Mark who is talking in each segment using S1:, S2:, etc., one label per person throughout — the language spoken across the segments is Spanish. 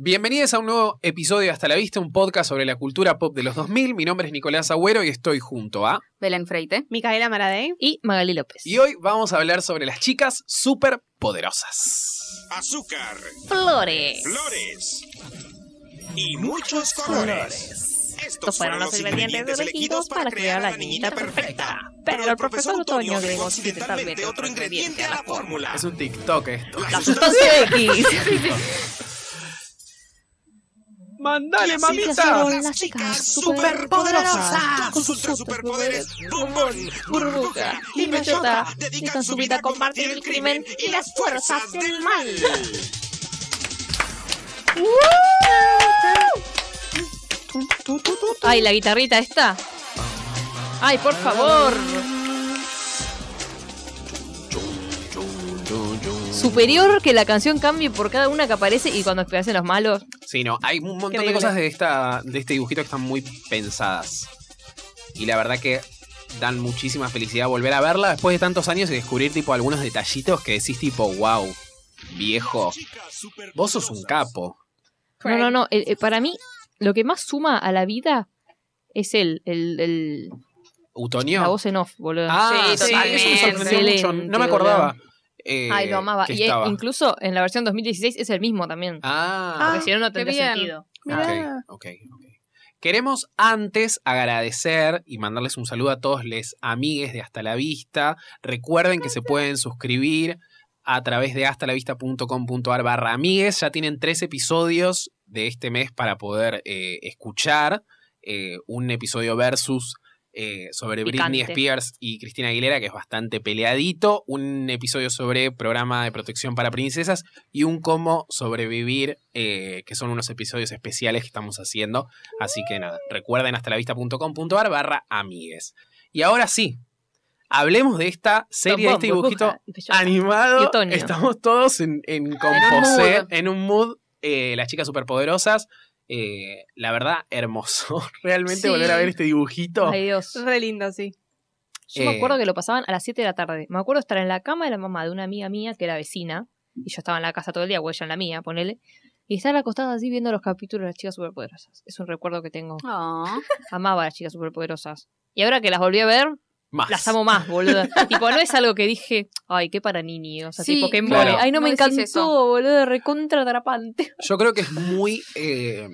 S1: Bienvenidos a un nuevo episodio de Hasta la Vista, un podcast sobre la cultura pop de los 2000. Mi nombre es Nicolás Agüero y estoy junto a...
S2: Belén Freite.
S3: Micaela Maradei.
S4: y Magali López.
S1: Y hoy vamos a hablar sobre las chicas superpoderosas.
S5: azúcar,
S4: Flores.
S5: flores y muchos colores.
S3: Estos fueron los ingredientes elegidos para crear a la niñita perfecta. Pero el profesor Otoño agregó accidentalmente
S5: otro ingrediente a la fórmula.
S1: Es un TikTok esto.
S4: La sustancia X.
S1: ¡Mandale, mamita!
S4: son las chicas superpoderosas.
S5: Con sus tres superpoderes, bombón, burbuja
S3: burbuja
S5: y
S3: y
S5: bellota,
S3: bellota,
S5: dedican su vida a combatir el crimen y las fuerzas del mal.
S4: Ay, la guitarrita está. Ay, por favor. Superior que la canción cambie por cada una que aparece y cuando aparecen los malos.
S1: Sí, no, hay un montón de
S4: Increíble.
S1: cosas de, esta, de este dibujito que están muy pensadas. Y la verdad que dan muchísima felicidad volver a verla después de tantos años y descubrir tipo algunos detallitos que decís tipo, wow, viejo, vos sos un capo.
S4: No, no, no. el- el- para mí, lo que más suma a la vida es el, el, el-
S1: Utonio.
S4: la voz en off, boludo.
S1: Ah,
S2: Sí,
S1: sí, eso me sorprendió
S4: totalmente.
S1: mucho. No me
S4: Excelente,
S1: acordaba. eh,
S4: Ay, lo amaba.
S1: que
S4: Y eh,
S1: estaba.
S4: incluso en la versión 2016 es el mismo también.
S1: Ah,
S4: porque si no, no
S2: qué
S4: tendría
S2: bien.
S4: sentido.
S2: Ah,
S1: ok, ok, ok. Queremos antes agradecer y mandarles un saludo a todos les amigues de Hasta la Vista. Recuerden que se pueden suscribir a través de hastalavista.com.ar barra amigues. Ya tienen tres episodios de este mes para poder eh, escuchar. eh, un episodio versus eh, sobre Britney
S4: Picante.
S1: Spears y Cristina Aguilera, que es bastante peleadito. Un episodio sobre programa de protección para princesas y un cómo sobrevivir, eh, que son unos episodios especiales que estamos haciendo. Así que nada, recuerden hasta la vista.com.ar barra amigues. Y ahora sí, hablemos de esta serie, de
S4: Bombón,
S1: este dibujito
S4: burbuja, y bellota.
S1: animado.
S4: Y otoño.
S1: Estamos todos en, en composé, en un mood. eh, las chicas superpoderosas. eh, la verdad, hermoso. Realmente
S2: Sí.
S1: volver a ver este dibujito.
S4: Ay, Dios.
S3: Re lindo, sí.
S4: Yo me
S1: Eh,
S4: acuerdo que lo pasaban a las 7 de la tarde. Me acuerdo estar en la cama de la mamá de una amiga mía que era vecina. Y yo estaba en la casa todo el día, o ella en la mía, ponele. Y estar acostada así viendo los capítulos de las chicas superpoderosas. Es un recuerdo que tengo.
S2: Oh.
S4: Amaba a las chicas superpoderosas. Y ahora que las volví a ver,
S1: más.
S4: las amo más, boludo. tipo, no es algo que dije, ay, qué para niños. O sea,
S2: Sí,
S4: tipo, qué
S2: claro.
S4: mole. Ay, no,
S2: No
S4: me
S2: decís
S4: encantó,
S2: eso.
S4: boludo. Recontra atrapante.
S1: Yo creo que es muy eh,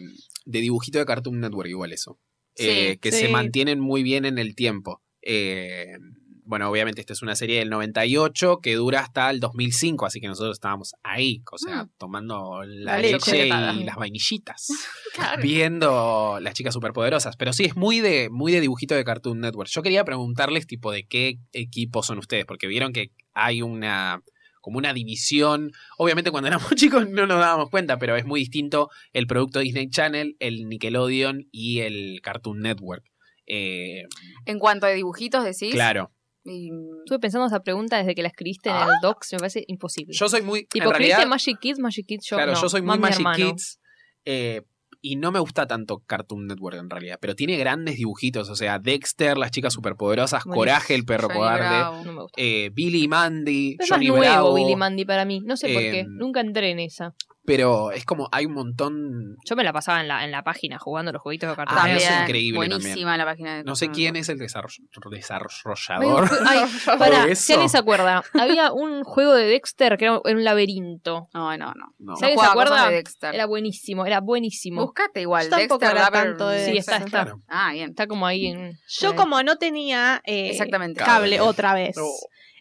S1: de dibujito de Cartoon Network igual eso. Eh,
S2: Sí,
S1: que
S3: sí.
S1: se mantienen muy bien en el tiempo. Eh, bueno, obviamente esta es una serie del 98 que dura hasta el 2005, así que nosotros estábamos ahí, o sea,
S2: Mm.
S1: tomando la,
S3: La leche
S1: leche
S3: chocolatada.
S1: y las vainillitas, viendo las chicas superpoderosas. Pero sí, es muy de, muy de dibujito de Cartoon Network. Yo quería preguntarles tipo de qué equipo son ustedes, porque vieron que hay una como una división. Obviamente cuando éramos chicos no nos dábamos cuenta, pero es muy distinto el producto Disney Channel, el Nickelodeon y el Cartoon Network. Eh,
S2: En cuanto a dibujitos decís.
S1: claro,
S2: y-
S4: Estuve pensando esa pregunta desde que la escribiste en el docs. Me parece imposible.
S1: Ah. yo soy muy...
S4: tipo,
S1: en
S4: escribiste
S1: realidad,
S4: Magic Kids, Magic Kids, yo
S1: claro,
S4: no.
S1: yo soy muy
S4: Más mi
S1: Magic
S4: hermano.
S1: Kids eh, y no me gusta tanto Cartoon Network en realidad, pero tiene grandes dibujitos, o sea, Dexter, las chicas superpoderosas,
S4: Mm. Buenísimo.
S1: Coraje, el perro
S2: Johnny
S1: cobarde,
S2: Bravo.
S4: No me gusta.
S1: eh, Billy y Mandy,
S4: Es más
S1: Johnny
S4: nuevo
S1: Bravo,
S4: Billy Mandy para mí. No sé por qué.
S1: Em,
S4: Nunca entré en esa.
S1: pero es como hay un montón...
S4: Yo me la pasaba en la, en la página jugando los jueguitos de cartón.
S1: Ah, eso es
S2: También.
S1: increíble
S2: Buenísima la página de
S1: No sé
S2: Cartoon
S1: quién
S2: Network.
S1: es el desarroll- desarrollador.
S4: Ay,
S1: Por
S4: pará,
S1: eso.
S4: si alguien se acuerda, había un juego de Dexter que era un laberinto.
S2: No, no, no.
S1: No.
S2: No
S4: ¿Sabes? ¿Alguien se
S2: jugaba cosas
S4: acuerda?
S2: de Dexter.
S4: Era buenísimo, era buenísimo.
S2: Buscate igual.
S3: Yo tampoco
S2: Dexter,
S3: era
S2: Dapper-
S3: tanto de
S4: Sí, está,
S3: Dexter.
S4: está.
S1: Claro.
S2: Ah, bien.
S4: Está como ahí en.
S3: Yo como no tenía eh,
S2: Exactamente.
S1: Cable.
S3: cable otra vez.
S1: No.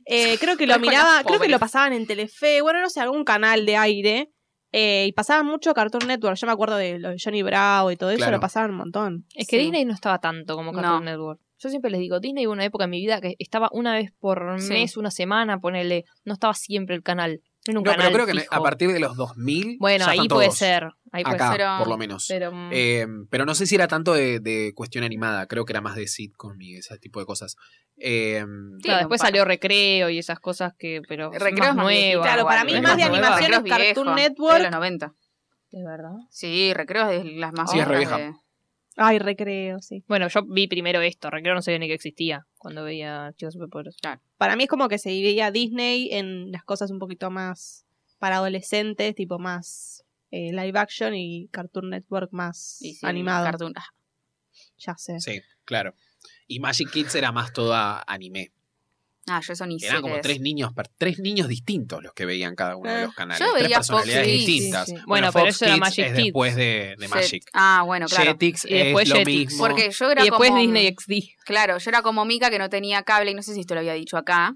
S3: eh, creo que lo
S2: Con los
S3: miraba, creo que
S2: pobres.
S3: lo pasaban en Telefe, bueno, no sé, algún canal de aire. eh, y pasaban mucho Cartoon Network. Yo me acuerdo de lo de Johnny Bravo y todo eso,
S1: Claro.
S3: lo pasaban un montón.
S4: Es que
S2: Sí.
S4: Disney no estaba tanto como Cartoon Network. Yo siempre les digo, Disney hubo una época en mi vida que estaba una vez por
S2: Sí.
S4: mes, una semana, ponele. No estaba siempre el canal. En un
S1: No, pero
S4: canal
S1: creo que
S4: fijo.
S1: a partir de los 2000.
S4: Bueno,
S1: ya
S4: ahí
S1: están
S4: puede
S1: todos.
S4: ser. Ahí puede
S1: Acá,
S4: ser.
S2: pero-
S1: por lo menos.
S4: Pero, mm,
S1: Eh, pero no sé si era tanto de, de cuestión animada, creo que era más de sitcom y ese tipo de cosas. Eh,
S4: o sea,
S2: tiene un
S4: después
S2: par.
S4: salió Recreo y esas cosas que. Pero son
S2: Recreo
S4: más
S2: es más viejito.
S4: nuevas.
S3: Claro, para mí
S1: bueno,
S3: es más de
S1: bueno, bueno.
S3: animaciones
S2: Recreos
S3: Cartoon
S2: viejos, De los
S3: Network.
S2: 90.
S4: De verdad.
S2: Sí, recreos de las más
S4: Sí, es
S2: otras
S1: revieja.
S2: de-
S3: Ay, recreo, sí.
S4: Bueno, yo vi primero esto. Recreo no sabía ni que existía cuando veía Chicos Superpoderosos.
S3: Para mí es como que se dividía Disney en las cosas un poquito más para adolescentes, tipo más eh, live action y Cartoon Network más
S2: y sí,
S3: animado.
S2: cartoon. Ah,
S3: Ya sé.
S1: sí, claro. Y Magic Kids era más toda anime.
S2: Ah, yo eso ni sé
S1: Eran como
S2: qué es.
S1: tres niños, per- tres niños distintos los que veían cada
S4: Ah,
S1: uno de los canales.
S2: Yo
S1: tres
S2: veía
S1: personalidades
S2: Fox Kids.
S1: distintas.
S4: Sí, sí, sí. Bueno, pero eso era Magic
S1: es
S4: Kids.
S1: después de, de
S2: Jet-
S1: Magic.
S2: Ah, bueno, claro.
S1: Jetix
S4: Y después
S1: es lo
S4: Jetix.
S1: mismo.
S2: Porque yo era
S4: Y después
S2: como,
S4: Disney XD.
S2: Claro, yo era como Mica que no tenía cable, y no sé si te lo había dicho acá,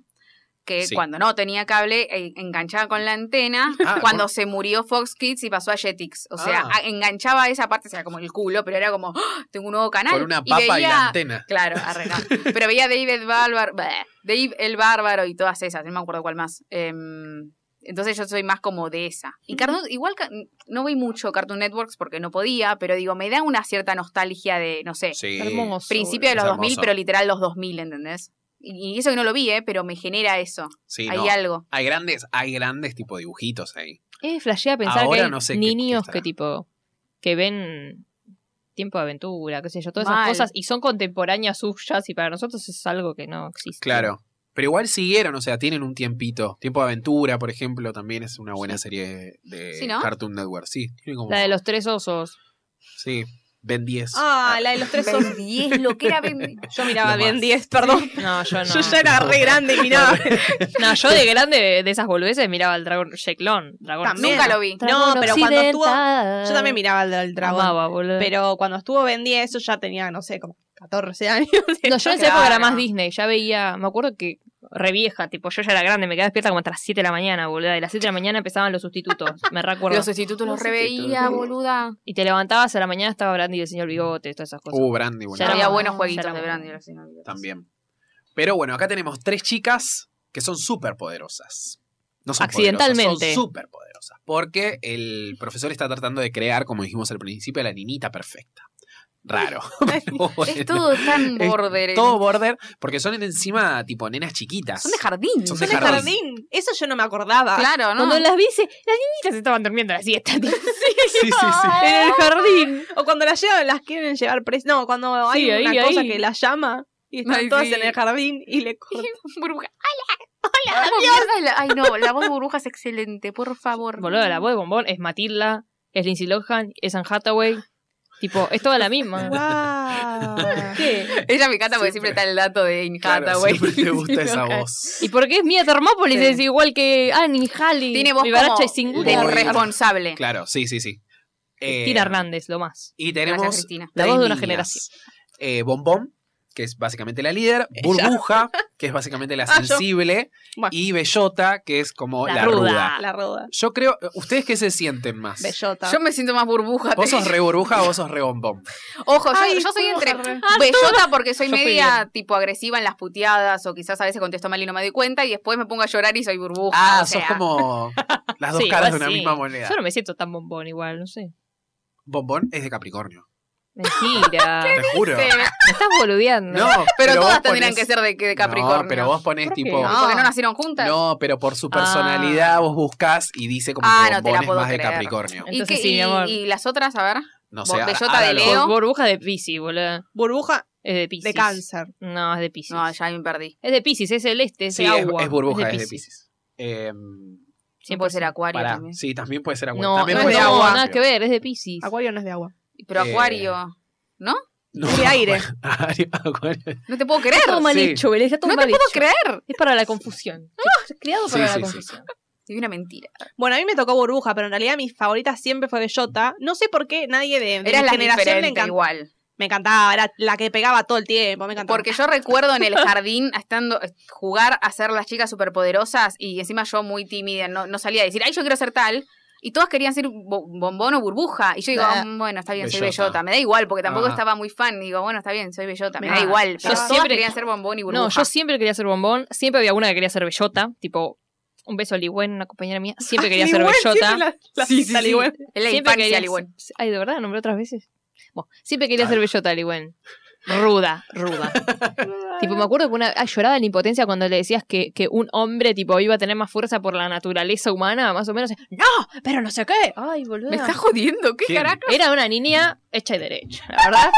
S2: que
S1: Sí.
S2: cuando no tenía cable, eh, enganchaba con la antena.
S1: Ah,
S2: Cuando se murió Fox Kids y pasó a Jetix. O sea,
S1: Ah.
S2: a- enganchaba esa parte, o sea, como el culo, pero era como, ¡Ah! tengo un nuevo canal.
S1: con una papa y, la
S2: veía-
S1: antena.
S2: Claro, arre, no. Pero veía David Bárbaro, bleh, Dave el Bárbaro y todas esas, no me acuerdo cuál más. Em, entonces yo soy más como de esa. Y Cartoon, igual ca- no vi mucho Cartoon Networks porque no podía, pero digo, me da una cierta nostalgia de, no sé,
S1: Sí.
S4: eh, Hermoso.
S2: principio de
S1: es
S2: los 2000,
S1: hermoso.
S2: pero literal los 2000, ¿entendés? Y, y eso que no lo vi, ¿eh? pero me genera eso.
S1: Sí,
S2: Hay
S1: no.
S2: algo.
S1: Hay grandes, hay grandes tipo dibujitos ahí.
S4: Eh, flashea pensar
S1: Ahora
S4: que hay
S1: no sé qué-
S4: niños
S1: qué estará.
S4: que tipo. que ven tiempo de aventura, qué sé yo, todas
S2: Mal.
S4: esas cosas y son contemporáneas suyas y para nosotros es algo que no existe.
S1: Claro. Pero igual siguieron, o sea, tienen un tiempito. Tiempo de aventura, por ejemplo, también es una buena serie de
S2: Sí, ¿no?
S1: Cartoon Network. Sí, tiene como.
S4: La de los tres osos.
S1: Sí, Ben 10.
S3: Ah, la de los tres son.
S2: Ben 10, lo que era Ben-
S3: Yo miraba
S1: Lo
S3: bien
S1: más.
S3: 10, perdón.
S4: No, yo no.
S3: Yo ya era re grande y miraba.
S4: No, yo de grande de esas boludeces miraba el dragón Jack Lon, dragón
S3: También.
S2: Nunca lo vi.
S3: No, pero cuando estuvo-
S4: Occidental.
S3: Yo también miraba el del dragón.
S4: Amaba, boludo.
S3: Pero cuando estuvo Ben 10, yo ya tenía, no sé, como 14 años.
S4: No, yo en esa época era
S2: Claro.
S4: más Disney, ya veía, me acuerdo que re vieja, tipo, yo ya era grande, me quedaba despierta como hasta las 7 de la mañana, boluda, y a las 7 de la mañana empezaban los sustitutos, me recuerdo.
S2: Los sustitutos los
S1: Los
S2: reveía,
S1: sustitutos.
S2: boluda.
S4: Y te levantabas a la mañana, estaba Brandy y el señor Bigote, todas esas cosas.
S1: Uh, Brandy, bueno,
S4: Ya era
S2: Había
S4: más-
S2: buenos
S4: ya
S2: jueguitos
S4: era
S2: de
S4: más-
S2: Brandy. los Sinovios.
S1: también. Pero bueno, acá tenemos tres chicas que son súper poderosas. No son
S4: Accidentalmente.
S1: poderosas, Son súper poderosas. Porque el profesor está tratando de crear, como dijimos al principio, a la ninita perfecta. Raro. Pero bueno.
S2: Es todo tan
S1: Es
S2: border. este
S1: Todo border, porque son encima tipo nenas chiquitas.
S2: Son de jardín.
S1: Son
S3: Yo en el
S1: jardín. Ah,
S3: jardín. Eso yo no me acordaba.
S2: Claro, ¿no?
S4: Cuando las vi, se- las niñitas estaban durmiendo a la siesta, tipo,
S1: Sí, sí, sí.
S4: en el jardín.
S3: O cuando las llevan, las quieren llevar presas. No, cuando hay
S4: Sí, ahí,
S3: una cosa
S4: ahí.
S3: que las llama y están
S2: Ay,
S3: todas
S2: sí.
S3: en el jardín y le cortan.
S2: Burbuja. ¡Hola! ¡Hola! mierda es la- Ay, no, la voz de burbuja es excelente, por favor.
S4: Boludo, la voz de Bombón es Matilda, es Lindsay Lohan, es Anne Hathaway. Tipo, es toda la misma.
S3: Guau. ¿Qué?
S2: Ella me encanta porque
S1: Siempre.
S2: siempre está el dato de Injata,
S1: Claro,
S2: güey.
S1: siempre te gusta esa
S2: Ok.
S1: voz.
S4: ¿Y por qué es Mia Thermopolis?
S2: Sí.
S4: Es igual que Annie, Halley,
S2: Tiene voz
S4: Vivaracha y
S2: como
S4: Singula.
S2: del
S1: Border.
S2: responsable.
S1: Claro, sí, sí, sí. Eh,
S4: Tira Hernández, lo más.
S1: Y
S2: Gracias,
S1: tenemos
S2: Cristina.
S4: La
S1: tres
S4: voz de una
S1: niñas.
S4: generación.
S1: Eh, Bombón, que es básicamente la líder, Burbuja, que es básicamente la
S3: Ah, yo.
S1: sensible,
S3: Bueno.
S1: y Bellota, que es como la,
S4: La
S1: ruda.
S4: ruda.
S3: La roda.
S1: Yo creo, eh, ¿ustedes qué se sienten más?
S3: Bellota.
S2: Yo me siento más burbuja.
S1: ¿Vos
S2: te-
S1: sos re burbuja o vos sos re bombón?
S2: Ojo, yo,
S3: Ay,
S2: yo soy
S3: burbuja
S2: entre
S3: re.
S2: bellota porque soy
S4: Yo fui
S2: media tipo agresiva en las puteadas o quizás a veces contesto mal y no me doy cuenta y después me pongo a llorar y soy burbuja.
S1: Ah,
S2: o
S1: sos
S2: sea,
S1: como las dos
S4: Sí,
S1: caras
S4: igual
S1: de una
S4: sí.
S1: misma moneda.
S4: Yo no me siento tan bombón igual, no sé.
S1: Bombón es de Capricornio,
S4: Mentira.
S1: te juro.
S2: sí,
S4: Me estás boludeando.
S1: No,
S2: pero,
S1: vos
S2: todas tendrían
S1: ponés-
S2: que ser de, de Capricornio.
S1: No, pero vos ponés
S4: ¿Por qué?
S1: tipo...
S2: Porque no nacieron juntas.
S1: No, pero por su personalidad
S4: Ah.
S1: vos buscas y dice como
S2: Ah,
S1: que
S2: no te la
S1: Bombón es
S2: puedo
S1: más de
S2: creer.
S1: Capricornio.
S2: ¿Y,
S4: Entonces
S2: qué-
S4: sí, mi
S2: y-
S4: amor.
S2: y las otras, a ver.
S1: No sé,
S2: Bellota de
S1: hágalo.
S2: Leo.
S4: Bor- Burbuja de Pisces, boludo.
S3: Burbuja
S4: Es de Pisces.
S3: de cáncer.
S4: No, es de Pisces.
S2: No, ya me perdí.
S4: Es de Pisces, es celeste, es
S1: Sí,
S4: de
S1: es,
S4: agua.
S1: es burbuja, es de
S4: Piscis.
S1: Pisces. Eh,
S2: Sí, puede ser Acuario
S1: pará,
S2: también.
S1: sí, también puede ser agua.
S4: No,
S1: también
S4: no es
S1: puede
S4: de
S1: ser
S4: agua,
S1: Scorpio.
S4: nada que ver, es de Pisces.
S3: Acuario no es de agua.
S2: Pero
S1: Eh,
S2: Acuario,
S1: No.
S3: Es de aire.
S1: Acuario, acuario.
S2: no te puedo creer.
S4: Todo mal
S1: Sí.
S4: hecho, Belén, está todo
S2: No te
S4: mal
S2: puedo
S4: hecho.
S2: creer.
S4: Es para la confusión. Es Creado
S1: Sí,
S4: para
S1: sí,
S4: la
S1: sí,
S4: confusión.
S2: Es una mentira.
S3: Bueno, a mí me tocó burbuja, pero en realidad mi favorita siempre fue Bellota. No sé por qué nadie de, de
S2: Eras
S3: mi
S2: la
S3: generación me,
S2: diferente
S3: encantaba
S2: igual.
S3: me encantaba. Era la que pegaba todo el tiempo. Me encantaba.
S2: Porque yo recuerdo en el jardín estando eh, jugar a ser las chicas superpoderosas y encima yo muy tímida, no, no salía a decir, ay, yo quiero ser tal. Y todas querían ser bo- bombón o burbuja. Y yo digo,
S3: Ah.
S2: "Mm, bueno, está bien, soy
S1: Bellota.
S2: bellota. Me da igual, porque tampoco
S1: Ah.
S2: estaba muy fan. Digo, bueno, está bien, soy bellota. Me
S4: Ah.
S2: da igual.
S4: Yo
S2: Pero todas
S4: siempre-
S2: querían ser bombón y burbuja.
S4: No, yo siempre quería ser bombón, siempre había una que quería ser bellota, tipo Un beso a Ligüen, una compañera mía. Siempre quería
S3: Lee
S4: ser
S3: Wen,
S4: bellota.
S3: siempre la- la
S1: Sí, sí,
S3: cita
S1: sí.
S3: Lee Wen.
S2: Es la
S4: Siempre
S2: infancia,
S4: quería
S2: Lee Wen.
S4: ser- Ay, de verdad, nombré otras veces. Bueno, siempre quería
S1: Ah.
S4: ser bellota, Ligüen. Ruda, ruda. tipo, me acuerdo que una ay, lloraba de la impotencia cuando le decías que, que un hombre tipo iba a tener más fuerza por la naturaleza humana, más o menos. ¡No! Pero no sé qué. Ay, boludo.
S2: Me está jodiendo, ¿qué
S1: ¿Quién?
S2: carajo?
S4: Era una niña hecha y derecha, la verdad.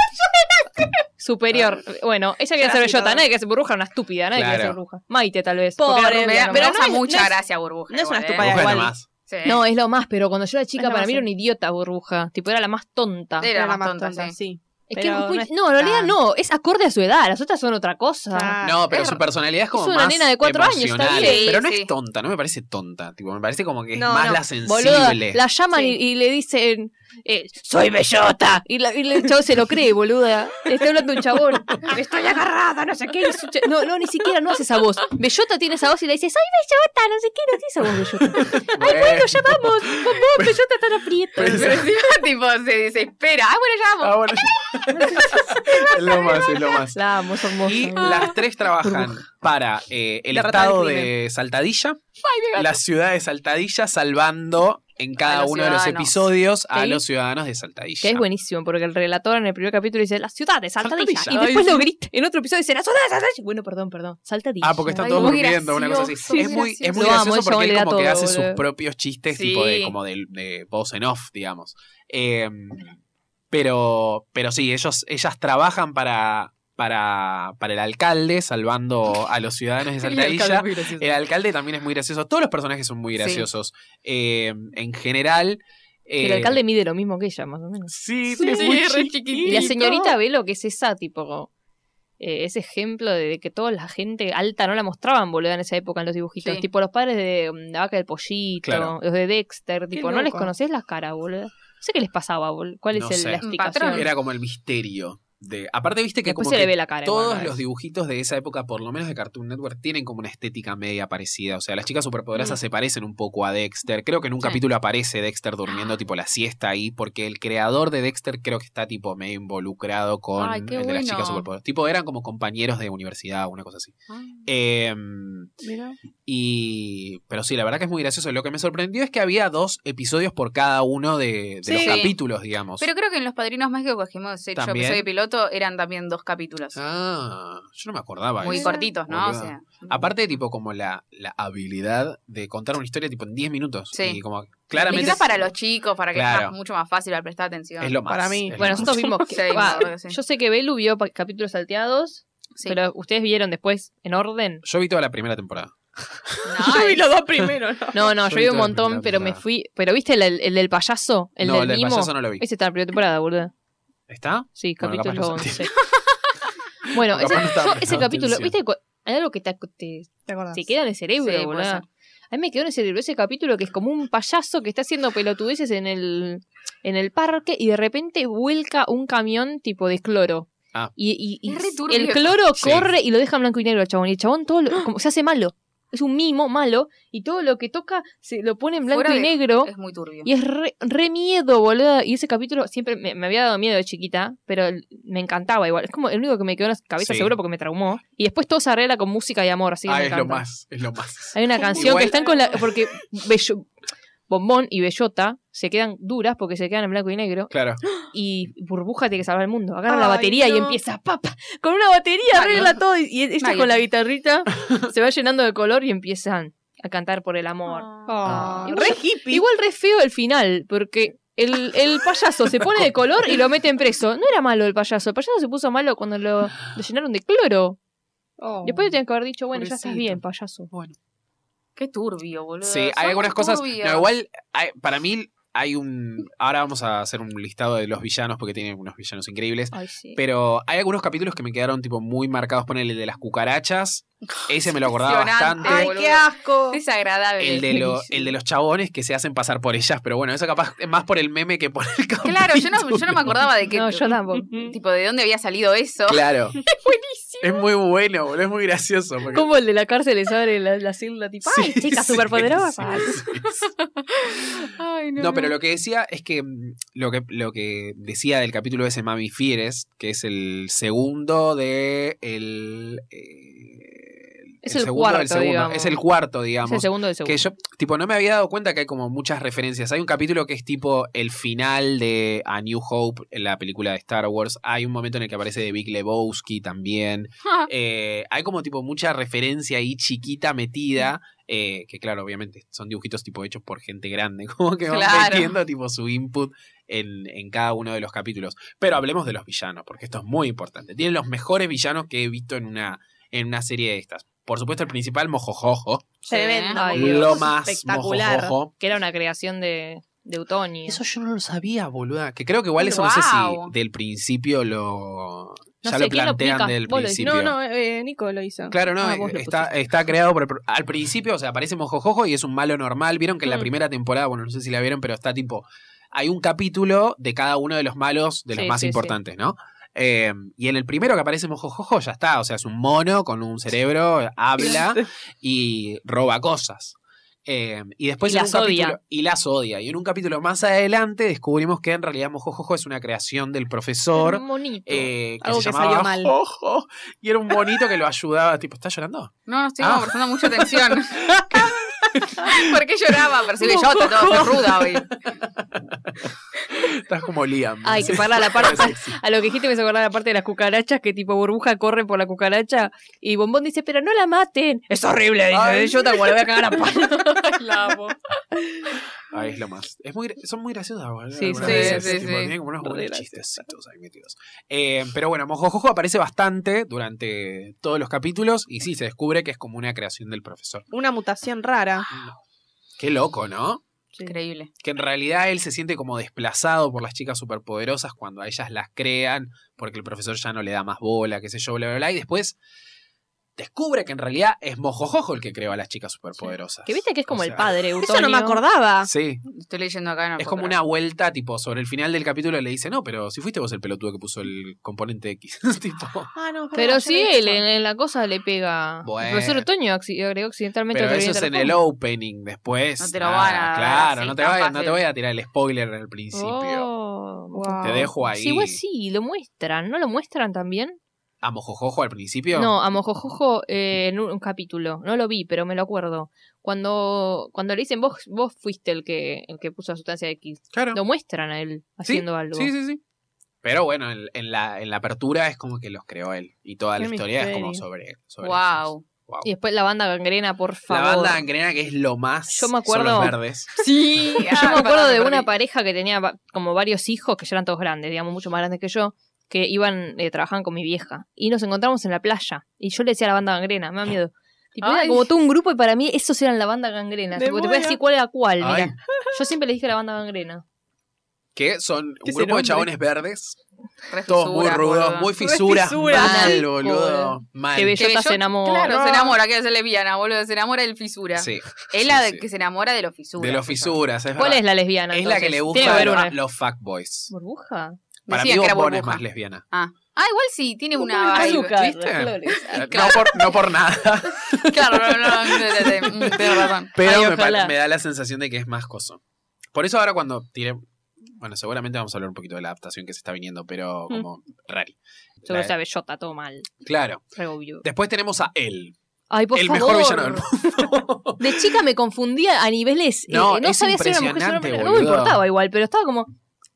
S4: Superior. Bueno, ella quería ser
S3: Casi
S4: bellota,
S3: todo.
S4: nadie quería ser burbuja, una estúpida, nadie quería
S1: Claro.
S4: ser burbuja. Maite, tal vez.
S3: Pobre,
S4: porque era
S2: Me
S4: rubia,
S2: da,
S4: ¿no?
S2: pero
S3: no
S2: no me da
S3: es- no
S2: mucha
S3: es-
S2: gracia, burbuja.
S3: no es una
S2: igual, ¿eh?
S3: estúpida.
S1: Burbuja
S3: igual.
S1: nomás.
S2: Sí.
S4: No, es lo más, pero cuando yo era
S3: Es
S4: chica,
S3: la
S4: para
S3: más
S4: mí era
S3: en-
S4: una idiota burbuja. Tipo, era la más tonta.
S2: Era la más
S3: más
S2: tonta,
S3: tonta,
S2: sí.
S3: sí.
S4: Es que,
S3: Pero
S4: muy-
S3: no es
S4: no, en realidad
S3: tan-
S4: no, es acorde a su edad, las otras son otra cosa.
S3: Ah,
S1: No, pero
S2: es-
S1: su personalidad es como
S4: es una
S1: más
S4: nena de cuatro años, está
S1: emocional.
S2: bien.
S1: Pero no
S2: Sí, sí.
S1: es tonta, no me parece tonta. Tipo, me parece como que es
S3: No,
S1: más
S3: no.
S1: la sensible.
S4: Boludo, la llaman
S3: Sí.
S4: y, y le dicen, eh, soy bellota. Y, la- y el chavo se lo cree, boluda. Le está hablando un chabón. Estoy agarrada, no sé qué. Y su ch- No, no, ni siquiera no hace esa voz. Bellota tiene esa voz y le dice, soy bellota, no sé qué, no tiene esa voz bellota.
S1: Bueno,
S4: Bueno, ya vamos. Vos, vos, bellota tan aprieta.
S1: Pero
S2: Pero encima, tipo, se desespera. Ah, bueno, ya vamos.
S1: ah, bueno. es lo más, es lo más.
S4: La amo, son
S1: Y
S3: Ah.
S4: hermosa.
S1: las tres trabajan para eh, el
S3: Derrotar al
S1: estado
S3: crimen.
S1: de Saltadilla,
S2: mi gato.
S1: la ciudad de Saltadilla, salvando en
S2: A
S1: cada
S2: los
S1: uno de los
S2: ciudadanos.
S1: episodios a
S4: Sí.
S1: los ciudadanos de Saltadilla.
S4: Que es buenísimo, porque el relator en el primer capítulo dice, la ciudad de Saltadilla.
S1: Saltadilla.
S4: Y después
S1: Ay,
S4: lo grita. En otro episodio dice, la ciudad de Saltadilla. Bueno, perdón, perdón. Saltadilla.
S1: Ah, porque están
S2: Ay,
S1: todos
S2: muy
S1: durmiendo, una cosa así.
S2: gracioso,
S1: Es
S2: muy
S1: muy, es muy
S4: gracioso. Lo amo,
S1: gracioso
S4: el chabón
S1: porque él
S4: le da
S1: como que
S4: todo,
S1: hace sus
S4: boludo.
S1: propios chistes,
S2: Sí.
S1: tipo de, como de, de voz en off, digamos. Eh, pero, pero sí, ellos, ellas trabajan para, para, para el alcalde, salvando a los ciudadanos de Saltadilla. El alcalde también es muy gracioso. Todos los personajes son muy
S2: Sí.
S1: graciosos. Eh, en general.
S4: Que El
S1: eh,
S4: alcalde mide lo mismo que ella, más o menos.
S1: Sí,
S2: Sí,
S1: es muy
S2: es re
S1: chiquito.
S4: Y la
S2: chiquitito.
S4: señorita Velo, que es esa, tipo, eh, ese ejemplo de que toda la gente alta no la mostraban, boludo, en esa época en los dibujitos.
S2: Sí.
S4: Tipo, los padres de mm, la vaca del pollito,
S1: Claro.
S4: los de Dexter, tipo, no les
S3: loco.
S4: conocés las caras, boludo. No sé qué les pasaba, boludo. ¿Cuál
S1: No
S4: es el-
S1: sé.
S4: la
S1: Un
S4: explicación?
S2: patrón.
S1: Era como el misterio. De, aparte, viste que
S4: Después
S1: como
S4: se
S1: que
S4: le ve la cara.
S1: todos
S4: igual, ¿no?
S1: los dibujitos de esa época, por lo menos de Cartoon Network, tienen como una estética media parecida. O sea, las chicas superpoderosas se parecen un poco a Dexter. Creo que en un
S2: Sí.
S1: capítulo aparece Dexter durmiendo tipo la siesta ahí, porque el creador de Dexter creo que está tipo medio involucrado con
S2: Ay,
S1: el
S2: qué
S1: de las
S2: bueno.
S1: chicas superpoderosas. Tipo, eran como compañeros de universidad o una cosa así.
S2: Ah.
S1: Em,
S3: Mira.
S1: y. Pero sí, la verdad que es muy gracioso. Lo que me sorprendió es que había dos episodios por cada uno de, de
S3: Sí.
S1: los capítulos, digamos.
S2: Pero creo que en Los Padrinos Mágicos que hemos hecho
S1: También.
S2: episodio de piloto eran también dos capítulos.
S1: Ah, yo no me acordaba.
S2: muy
S1: eso.
S2: cortitos, ¿no?
S1: boluda.
S2: O sea,
S1: Aparte, tipo, como la, la habilidad de contar una historia tipo en 10 minutos.
S2: Sí.
S1: Y como
S2: y
S1: claramente.
S2: quizás para los chicos, para que
S1: Claro.
S2: sea mucho más fácil al prestar atención.
S1: Es lo más.
S3: Para mí.
S1: es lo
S4: Bueno,
S1: más.
S4: nosotros vimos que-
S2: Sí, la
S4: va,
S2: verdad que sí.
S4: Yo sé que Belu vio pa- capítulos salteados,
S2: Sí.
S4: pero ustedes vieron después en orden.
S1: Yo vi toda la primera temporada.
S2: No,
S3: Yo vi los dos primero, ¿no?
S4: No, no,
S1: Yo
S4: yo,
S1: vi
S4: vi un
S1: toda la
S4: montón,
S1: primera
S4: pero me
S1: temporada.
S4: fui. Pero viste el, el- el del payaso, el
S1: no,
S4: del
S1: el del
S4: mimo.
S1: payaso no lo vi.
S4: Ese está en la primera temporada, boludo.
S1: ¿Está?
S4: Sí,
S1: Bueno,
S4: capítulo
S1: capaz no
S4: 11. bueno,
S1: Capaz
S4: ese,
S1: no estaba
S4: yo ese
S1: prestando
S4: capítulo,
S1: atención.
S4: viste, cu- hay algo que te, te-
S3: ¿Te acordás?
S4: te queda en el cerebro,
S2: Sí, puede
S4: boludo.
S2: ser.
S4: A mí me quedó en el cerebro ese capítulo que es como un payaso que está haciendo pelotudeces en el, en el parque y de repente vuelca un camión tipo de cloro.
S1: Ah.
S4: Y, y- y
S2: Es re
S4: s-
S2: turbio.
S4: el cloro
S1: Sí.
S4: corre y lo deja en blanco y negro al chabón. Y el chabón todo lo- como, se hace malo. Es un mimo malo y todo lo que toca se lo pone en blanco
S2: Fuera
S4: y
S2: de-
S4: negro.
S2: es muy turbio.
S4: Y es re, re miedo, boludo. Y ese capítulo siempre me, me había dado miedo de chiquita, pero el- me encantaba igual. Es como el único que me quedó en la cabeza
S1: Sí.
S4: seguro porque me traumó. Y después todo se arregla con música y amor, así que
S1: ah,
S4: me
S1: es lo
S4: encanta.
S1: más. Es lo más.
S4: Hay una canción
S1: Igual-
S4: que están con la. Porque Bello- Bombón y Bellota se quedan duras porque se quedan en blanco y negro.
S1: Claro.
S4: Y Burbuja tiene que salvar el mundo. Agarra la
S3: Ay,
S4: batería
S3: no.
S4: y empieza. Papá, con una batería
S2: Mario.
S4: arregla todo. Y- Y ella
S2: Mario.
S4: con la guitarrita se va llenando de color y empiezan a cantar por el amor.
S3: Ah,
S4: Ah.
S3: re hippie.
S4: Igual re feo el final, porque el, el payaso se pone de color y lo meten preso. No era malo el payaso, el payaso se puso malo cuando lo, lo llenaron de cloro.
S3: Oh.
S4: Después le tienen que haber dicho, bueno, ya estás
S1: Pobrecito.
S4: bien, payaso.
S2: Qué turbio, boludo.
S1: Sí,
S2: Son
S1: hay algunas cosas.
S2: turbios.
S1: No, igual, hay- para mí hay un. Ahora vamos a hacer un listado de los villanos porque tiene unos villanos increíbles.
S4: Ay, sí.
S1: Pero hay algunos capítulos que me quedaron tipo muy marcados. Ponele el de las cucarachas. Ese me lo acordaba
S2: Impresionante,
S1: bastante.
S3: Ay,
S2: boludo.
S3: qué asco.
S2: Desagradable.
S1: El de, lo- el de los chabones que se hacen pasar por ellas, pero bueno, eso capaz es más por el meme que por el capítulo.
S2: Claro, yo no, yo no me acordaba de qué.
S4: No, yo tampoco.
S2: Tipo, ¿de dónde había salido eso?
S1: Claro. es buenísimo. Es muy bueno, boludo, es muy gracioso. porque-
S4: Como el de la cárcel les abre la, la celda, tipo, ay,
S1: Sí,
S4: chica
S1: sí,
S4: superpoderosa.
S1: sí, sí.
S2: Ay,
S1: No, pero lo que decía es que mm, lo que, lo que decía del capítulo ese Mami Fieres, que es el segundo de el, eh,
S4: Es
S1: el,
S4: el
S1: segundo del
S4: cuarto,
S1: segundo.
S4: digamos.
S1: Es el cuarto,
S4: Es
S1: digamos.
S4: el segundo del segundo.
S1: que yo, tipo, no me había dado cuenta que hay como muchas referencias. Hay un capítulo que es tipo el final de A New Hope, en la película de Star Wars. Hay un momento en el que aparece de Big Lebowski también. Eh, hay como tipo mucha referencia ahí chiquita metida. eh, que claro, obviamente son dibujitos tipo hechos por gente grande, como que van
S4: Claro.
S1: metiendo tipo su input en, en cada uno de los capítulos. Pero hablemos de los villanos, porque esto es muy importante. Tienen los mejores villanos que he visto en una, en una serie de estas. Por supuesto, el principal, Mojojojo.
S3: Tremendo.
S2: ¿eh?
S4: Ay,
S3: boludo.
S1: lo
S4: Dios,
S1: más
S3: espectacular.
S1: Mojojojo.
S4: Que era una creación de, de Utonia.
S1: Eso yo no lo sabía, boluda. Que creo que igual eso no sé
S2: Guau.
S1: si del principio lo.
S4: No
S1: ya
S4: sé,
S1: lo
S4: ¿quién lo
S1: plantean
S4: explica?
S1: del
S4: Vos lo decís.
S1: principio.
S3: No, no, eh, Nico lo hizo.
S1: Claro, no,
S3: Ah, vos lo
S1: está,
S3: pusiste.
S1: está creado por el pro- al principio, o sea, aparece Mojojojo y es un malo normal. Vieron que en la
S4: Mm.
S1: primera temporada, bueno, no sé si la vieron, pero está tipo, hay un capítulo de cada uno de los malos, de los
S4: Sí,
S1: más
S4: sí, sí.
S1: importantes, ¿no? Eh, y en el primero que aparece Mojojojo ya está, o sea, es un mono con un cerebro, habla y roba cosas. Eh, y después
S4: Y
S1: en
S4: las
S1: un
S4: odia.
S1: capítulo- y las odia. Y en un capítulo más adelante descubrimos que en realidad Mojojojo es una creación del profesor
S4: Un monito.
S1: eh, que
S3: Algo
S1: se
S3: que
S1: llamaba
S3: salió mal.
S1: Jojo, y era un bonito que lo ayudaba, tipo, ¿está llorando?
S2: No, no estoy
S1: Ah.
S2: como prestando mucha atención. ¿Por qué lloraba? Pero si yo todo todo ruda hoy.
S1: Estás como Liam.
S4: Ay, que parla la parte. A lo que dijiste me hizo acordar la parte de las cucarachas, que tipo burbuja corre por la cucaracha y Bombón dice, pero no la maten. Es horrible, dice.
S1: Ay.
S4: Yo te la voy a cagar a palo. la amo.
S1: Ay, Ah, es lo más. Es muy, son muy graciosas. boludo,
S4: Sí,
S1: algunas
S4: sí,
S1: veces,
S2: sí,
S1: tipo,
S2: sí.
S1: Tienen como unos
S4: Re
S1: buenos
S4: graciosa.
S1: chistecitos ahí metidos. Eh, pero bueno, Mojojojo aparece bastante durante todos los capítulos y sí, se descubre que es como una creación del profesor.
S3: Una mutación rara.
S1: Qué loco, ¿no?
S3: Sí.
S2: Increíble.
S1: Que en realidad él se siente como desplazado por las chicas superpoderosas cuando a ellas las crean, porque el profesor ya no le da más bola, qué sé yo, bla, bla, bla. Y después descubre que en realidad es Mojojojo el que creó a las chicas superpoderosas.
S4: Que viste que es como
S1: O
S4: el
S1: sea,
S4: padre, Utonio.
S3: Eso no me acordaba.
S1: Sí,
S2: Estoy leyendo acá. No
S1: es
S2: puedo
S1: como
S2: creer.
S1: una vuelta, tipo, sobre el final del capítulo le dice, no, pero si fuiste vos el pelotudo que puso el componente X. tipo,
S3: Ah, no, es verdad,
S4: Pero
S3: ya lo
S4: sí,
S3: hizo.
S4: él en, en la cosa le pega.
S1: Bueno.
S4: El profesor Otoño acci- agregó accidentalmente
S1: pero
S4: otra
S1: eso es
S4: vivienda
S1: en
S4: a
S1: el
S4: la
S1: opening, después. Ah,
S2: No te lo van a dar
S1: Claro,
S2: así,
S1: no, te
S2: tan
S1: voy, no
S2: fácil.
S1: te voy a tirar el spoiler en el
S4: fama.
S1: principio.
S4: Oh,
S3: Wow.
S1: Te dejo ahí.
S4: Sí, pues sí, lo muestran. ¿No lo muestran también?
S1: A Mojojojo al principio.
S4: No, a Mojojojo eh, en un, un capítulo. No lo vi, pero me lo acuerdo. Cuando, cuando le dicen, vos, vos fuiste el que, el que puso la sustancia X,
S1: claro.
S4: lo muestran a él
S1: Sí,
S4: haciendo algo.
S1: Sí, sí, sí. Pero bueno, en, en la, en la apertura es como que los creó él. Y toda la
S3: Qué
S1: historia es como
S3: misterio.
S1: sobre, sobre ellos.
S2: Wow.
S1: Wow.
S4: Y después la banda gangrena, por
S1: La
S4: favor.
S1: banda gangrena que es lo más.
S4: Yo
S1: son
S4: me
S1: los
S4: acuerdo-
S1: verdes.
S2: Sí.
S4: Yo me acuerdo de una pareja que tenía va- como varios hijos que ya eran todos grandes, digamos, mucho más grandes que yo, que iban, eh, trabajaban con mi vieja. Y nos encontramos en la playa. Y yo le decía a la banda gangrena, me da miedo. Tipo, era
S2: Ay.
S4: como todo un grupo y para mí esos eran la banda gangrena.
S3: Me
S4: Tipo, te voy a
S3: muero.
S4: decir cuál era cuál,
S1: Ay,
S4: mira. Yo siempre le dije a la banda gangrena.
S1: que son
S3: ¿Qué
S1: un
S3: es
S1: grupo de
S3: el
S1: chabones verdes.
S2: Re
S1: Todos muy
S2: fisuras,
S1: rudos,
S2: boludo.
S1: muy fisuras.
S3: fisuras.
S1: Mal,
S4: Mal,
S1: boludo.
S4: boludo.
S1: Mal.
S4: Qué bello.
S2: Que
S4: Bellota
S2: yo-
S4: se enamora.
S2: Claro,
S3: No.
S2: se enamora, que es lesbiana, boludo. Se enamora del fisura.
S1: Sí,
S2: Es la
S1: sí,
S2: de-
S1: sí.
S2: que se enamora de los fisuras.
S1: de los fisuras. Es
S4: ¿Cuál
S1: verdad.
S4: es la lesbiana?
S1: Es la que le
S4: entonces? Tiene que
S1: gusta
S4: haber
S1: a
S4: una.
S1: los fuckboys.
S4: ¿Burbuja?
S1: Para mí,
S2: Decían que era
S1: Bombón es
S2: burbuja.
S1: más lesbiana.
S2: Ah. ah, igual sí, tiene una vibe.
S1: ¿Viste? No por, no por nada.
S2: Claro, no, no, no, no, no, no, tenés razón.
S1: Pero
S4: Ay,
S1: me, pa-
S4: ojalá.
S1: me da la sensación de que es más coso. Por eso ahora cuando tire... Bueno, seguramente vamos a hablar un poquito de la adaptación que se está viniendo, pero como rari.
S4: Sobre
S1: La-
S4: esa bellota, todo mal.
S1: claro.
S4: Re obvio.
S1: Después tenemos a él.
S4: Ay, por
S1: el
S4: favor.
S1: mejor villano del mundo.
S4: De chica me confundía a niveles. eh,
S1: No,
S4: No,
S1: es
S4: sabía si era mujer o
S1: impresionante,
S4: hombre. No me
S1: boludo.
S4: importaba igual, pero estaba como,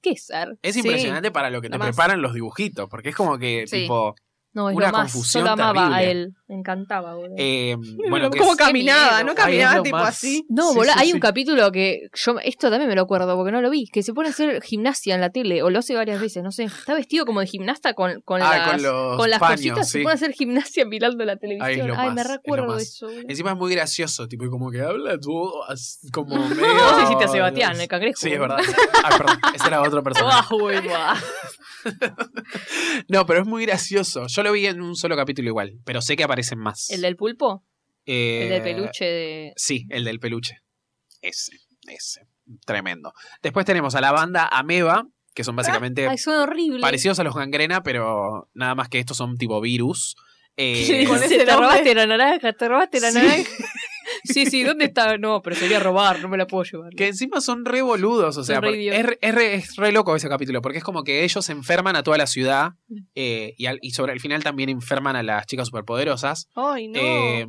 S4: ¿qué es ser?
S1: es
S3: Sí.
S1: impresionante para lo que te
S3: Lo más.
S1: preparan los dibujitos, porque es como que
S2: Sí.
S1: tipo...
S4: No, es
S1: Una
S4: lo más. Yo
S1: confusión
S4: lo amaba
S1: terrible.
S4: a él. Me encantaba, boludo.
S1: eh,
S3: Mira
S1: bueno, que
S3: cómo
S1: es-
S3: caminaba,
S2: miedo.
S3: no caminaba
S1: Ay, es lo
S3: tipo
S1: más.
S3: así.
S4: no,
S1: sí,
S4: boludo,
S1: sí,
S4: hay
S1: sí.
S4: un capítulo que yo esto también me lo acuerdo porque no lo vi, que se pone a hacer gimnasia en la tele o lo hace varias veces, no sé. Está vestido como de gimnasta con con
S1: Ah,
S4: las
S1: con los
S4: con las
S1: paños,
S4: cositas se
S1: sí.
S4: pone a hacer gimnasia mirando la
S1: Ay, es
S4: televisión.
S1: lo
S4: Ay,
S1: más,
S4: me
S1: es lo
S4: recuerdo
S1: más.
S4: de eso. boludo.
S1: Encima es muy gracioso, tipo, y como que habla tú así, como medio...
S4: Vos hiciste a Sebastián, el cangrejo.
S1: Sí, es verdad. Ah, perdón, ese era otro personaje.
S4: Guau, guau.
S1: No, pero es muy gracioso. Yo lo vi en un solo capítulo igual, pero sé que aparecen más.
S4: El del pulpo,
S1: Eh,
S4: el del peluche de
S1: Sí, el del peluche. Ese, ese. Tremendo. Después tenemos a la banda Ameba, que son básicamente
S4: Ah, Ay, son horribles.
S1: parecidos a los gangrena, pero nada más que estos son tipo virus. Eh,
S4: Sí,
S3: Con ese
S4: te
S3: nombre.
S4: robaste la naranja, te robaste la
S1: Sí.
S4: naranja. Sí, sí, ¿dónde está? No, pero sería robar, no me la puedo llevar.
S1: que encima son re boludos, o sea,
S4: Son re
S1: porque
S4: idiotas.
S1: es, re- es re, es re loco ese capítulo, porque es como que ellos enferman a toda la
S4: Mm.
S1: ciudad eh, y, al- y sobre el final también enferman a las chicas superpoderosas.
S3: Ay, no.
S1: Eh,